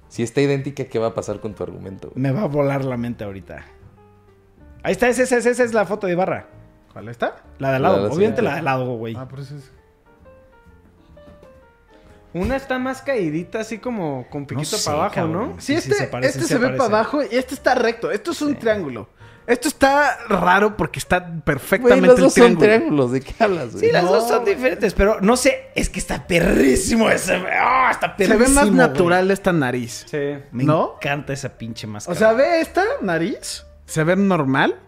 Speaker 2: Si está idéntica, ¿qué va a pasar con tu argumento? güey?
Speaker 1: Me va a volar la mente ahorita. Ahí está, esa, esa, esa, esa es la foto de Ibarra.
Speaker 3: ¿Cuál está?
Speaker 1: La de al
Speaker 2: La de
Speaker 1: lado.
Speaker 2: la
Speaker 1: Obviamente
Speaker 2: señora.
Speaker 1: la de al lado, güey.
Speaker 3: Ah, por eso es.
Speaker 4: Una está más caídita, así como con piquito
Speaker 1: sé,
Speaker 4: para abajo,
Speaker 1: cabrón.
Speaker 4: ¿no?
Speaker 1: Sí,
Speaker 3: Sí,
Speaker 1: sí,
Speaker 3: este,
Speaker 1: se parece,
Speaker 3: este
Speaker 1: sí
Speaker 3: se,
Speaker 1: se
Speaker 3: ve
Speaker 1: parece.
Speaker 3: para abajo y este está recto. Esto es un triángulo. Esto está raro porque está
Speaker 2: Güey,
Speaker 3: perfectamente
Speaker 2: los
Speaker 3: el
Speaker 2: dos son
Speaker 3: triángulo.
Speaker 2: triángulos, ¿de qué hablas, güey?
Speaker 1: Sí, las dos son diferentes, pero no sé, es que está perrísimo ese. ¡Ah, está
Speaker 3: se
Speaker 1: perrísimo.
Speaker 3: ve más
Speaker 1: güey.
Speaker 3: natural esta nariz.
Speaker 4: Sí.
Speaker 1: Me
Speaker 3: ¿No?
Speaker 1: encanta esa pinche
Speaker 3: O
Speaker 1: máscara.
Speaker 3: sea, ve esta nariz. Se ve normal.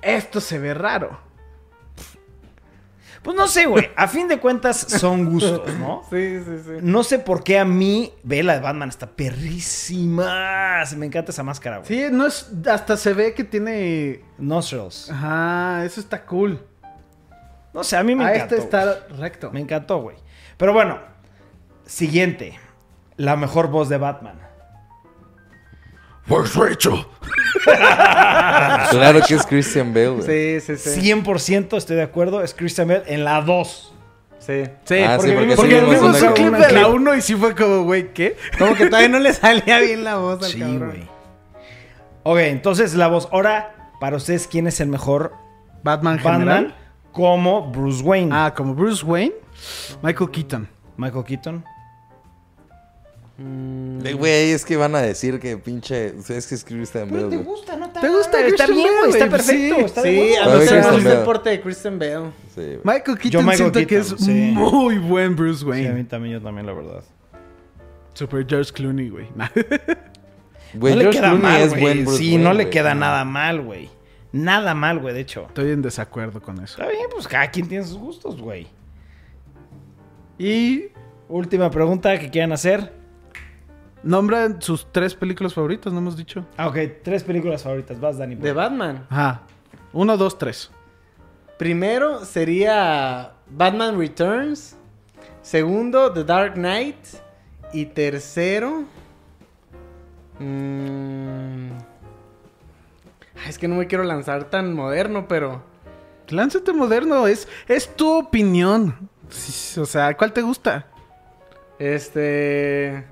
Speaker 3: Esto se ve raro.
Speaker 1: pues no sé, güey. A fin de cuentas son gustos, ¿no?
Speaker 4: Sí, sí, sí.
Speaker 1: No sé por qué a mí, ve la de Batman, está perrísima. Se Me encanta esa máscara, güey.
Speaker 3: Sí, no es. Hasta se ve que tiene.
Speaker 1: Nostrils.
Speaker 3: Ajá, eso está cool.
Speaker 1: No sé, a mí me
Speaker 3: Ah,
Speaker 1: encantó.
Speaker 3: este
Speaker 1: güey.
Speaker 3: está recto.
Speaker 1: Me encantó, güey. Pero bueno, siguiente. La mejor voz de Batman.
Speaker 2: Claro que es Christian Bale, güey.
Speaker 4: Sí, sí, sí.
Speaker 1: 100% estoy de acuerdo, es Christian Bale en la 2.
Speaker 4: Sí.
Speaker 3: Sí,
Speaker 2: Ah, sí, porque
Speaker 3: porque
Speaker 2: sí,
Speaker 3: vimos
Speaker 2: cuando-
Speaker 3: un clip de la 1 y sí fue como, güey, ¿qué?
Speaker 4: Como que todavía no le salía bien la voz al
Speaker 1: Sí,
Speaker 4: cabrón.
Speaker 1: güey. Ok, entonces la voz. Ahora, para ustedes, ¿quién es el mejor
Speaker 3: Batman
Speaker 1: Batman
Speaker 3: general.
Speaker 1: como Bruce Wayne?
Speaker 3: Ah, como Bruce Wayne, Michael Keaton.
Speaker 1: Michael Keaton.
Speaker 2: De- Güey, es que van a decir que pinche. Es que es Christian Bale, güey.
Speaker 1: gusta, ¿no?
Speaker 3: ¿Te gusta
Speaker 1: Está
Speaker 3: Christian
Speaker 1: bien,
Speaker 3: Bale,
Speaker 1: güey. Está
Speaker 3: güey?
Speaker 1: perfecto.
Speaker 3: Sí,
Speaker 1: está de
Speaker 4: Sí,
Speaker 1: huevos.
Speaker 4: a
Speaker 2: Pero
Speaker 4: mí
Speaker 2: es
Speaker 4: se me hace
Speaker 2: Christian
Speaker 4: el
Speaker 2: Bale.
Speaker 4: porte de Christian Bale.
Speaker 2: Sí, güey.
Speaker 3: Michael Keaton
Speaker 1: Michael
Speaker 3: siento que
Speaker 1: Keaton,
Speaker 3: es
Speaker 1: sí.
Speaker 3: muy buen Bruce
Speaker 1: Sí, a
Speaker 3: Wayne.
Speaker 1: mí también, yo también, la verdad.
Speaker 3: Super George Clooney, güey. Nah.
Speaker 2: Güey,
Speaker 1: no le
Speaker 2: George
Speaker 1: queda
Speaker 2: Clooney
Speaker 1: mal,
Speaker 2: es
Speaker 1: güey.
Speaker 2: buen Bruce
Speaker 1: sí,
Speaker 2: Wayne,
Speaker 1: no le
Speaker 2: güey.
Speaker 1: queda nada mal, güey. Nada mal, güey, de hecho.
Speaker 3: Estoy en desacuerdo con eso.
Speaker 1: Está bien, pues cada quien tiene sus gustos, güey.
Speaker 3: Y
Speaker 1: Última pregunta que quieran hacer.
Speaker 3: nombran sus tres películas favoritas, no hemos dicho.
Speaker 1: Ah, ok, tres películas favoritas. Vas, Dani. pues.
Speaker 4: De Batman.
Speaker 3: Ajá. Uno, dos, tres.
Speaker 4: Primero sería Batman Returns. Segundo, The Dark Knight. Y tercero. mm, ay, Es que no me quiero lanzar tan moderno, pero.
Speaker 3: Lánzate moderno, es, es tu opinión. Sí, O sea, ¿cuál te gusta?
Speaker 4: Este.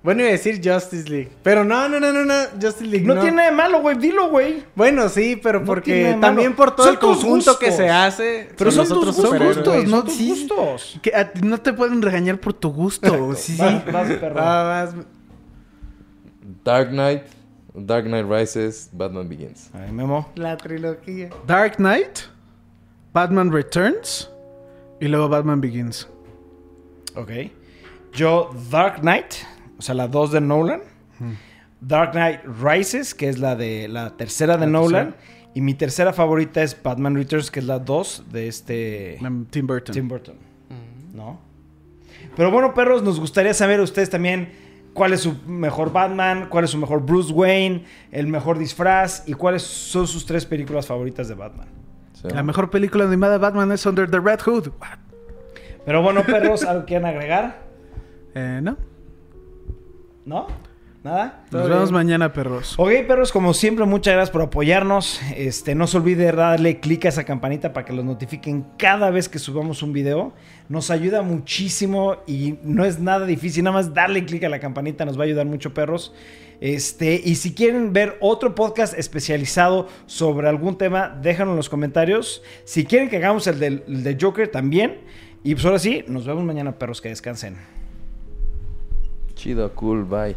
Speaker 4: Bueno, iba a decir Justice League. Pero no, no, no, no, no. Justice League.
Speaker 1: No, tiene nada de malo, güey. Dilo, güey.
Speaker 4: Bueno, sí, pero
Speaker 1: No tiene
Speaker 4: porque
Speaker 1: nada de
Speaker 4: también
Speaker 1: malo.
Speaker 4: por todo
Speaker 1: Son
Speaker 4: el
Speaker 1: tus
Speaker 4: conjunto que
Speaker 1: gustos.
Speaker 4: se hace.
Speaker 1: Pero son,
Speaker 4: los
Speaker 1: tus
Speaker 4: otros
Speaker 1: gustos,
Speaker 4: superhéroes.
Speaker 1: güey,
Speaker 3: ¿no?
Speaker 1: Son tus
Speaker 3: Sí.
Speaker 1: gustos.
Speaker 3: Que a ti no te pueden regañar por tu gusto. sí, sí.
Speaker 1: Vas, vas, perro.
Speaker 2: Ah.
Speaker 4: Va, vas-
Speaker 2: Dark Knight, Dark Knight Rises, Batman Begins.
Speaker 1: Ay, Memo.
Speaker 4: La trilogía.
Speaker 3: Dark Knight, Batman Returns y luego Batman Begins.
Speaker 1: Ok. Yo, Dark Knight, o sea, la 2 de Nolan. Dark Knight Rises, que es la de la tercera de Nolan. Y mi tercera favorita es Batman Returns, que es la 2 de este
Speaker 3: Mm, Tim Burton.
Speaker 1: Tim Burton. ¿No? Pero bueno, perros, nos gustaría saber ustedes también cuál es su mejor Batman, cuál es su mejor Bruce Wayne, el mejor disfraz y cuáles son sus tres películas favoritas de Batman.
Speaker 2: Sí.
Speaker 3: La mejor película animada de Batman es Under the Red Hood.
Speaker 1: Pero bueno, perros, ¿algo quieren agregar?
Speaker 3: Eh, no.
Speaker 1: ¿No? ¿Nada?
Speaker 3: Nos vemos mañana, perros.
Speaker 1: Ok, perros, como siempre, muchas gracias por apoyarnos. Este, no se olvide darle clic a esa campanita para que los notifiquen cada vez que subamos un video. Nos ayuda muchísimo y no es nada difícil. Nada más darle clic a la campanita nos va a ayudar mucho, perros. Este, y si quieren ver otro podcast especializado sobre algún tema, déjanos en los comentarios. Si quieren que hagamos el del, el de Joker también. Y pues ahora sí, nos vemos mañana, perros, que descansen.
Speaker 2: Chido, cool, bye.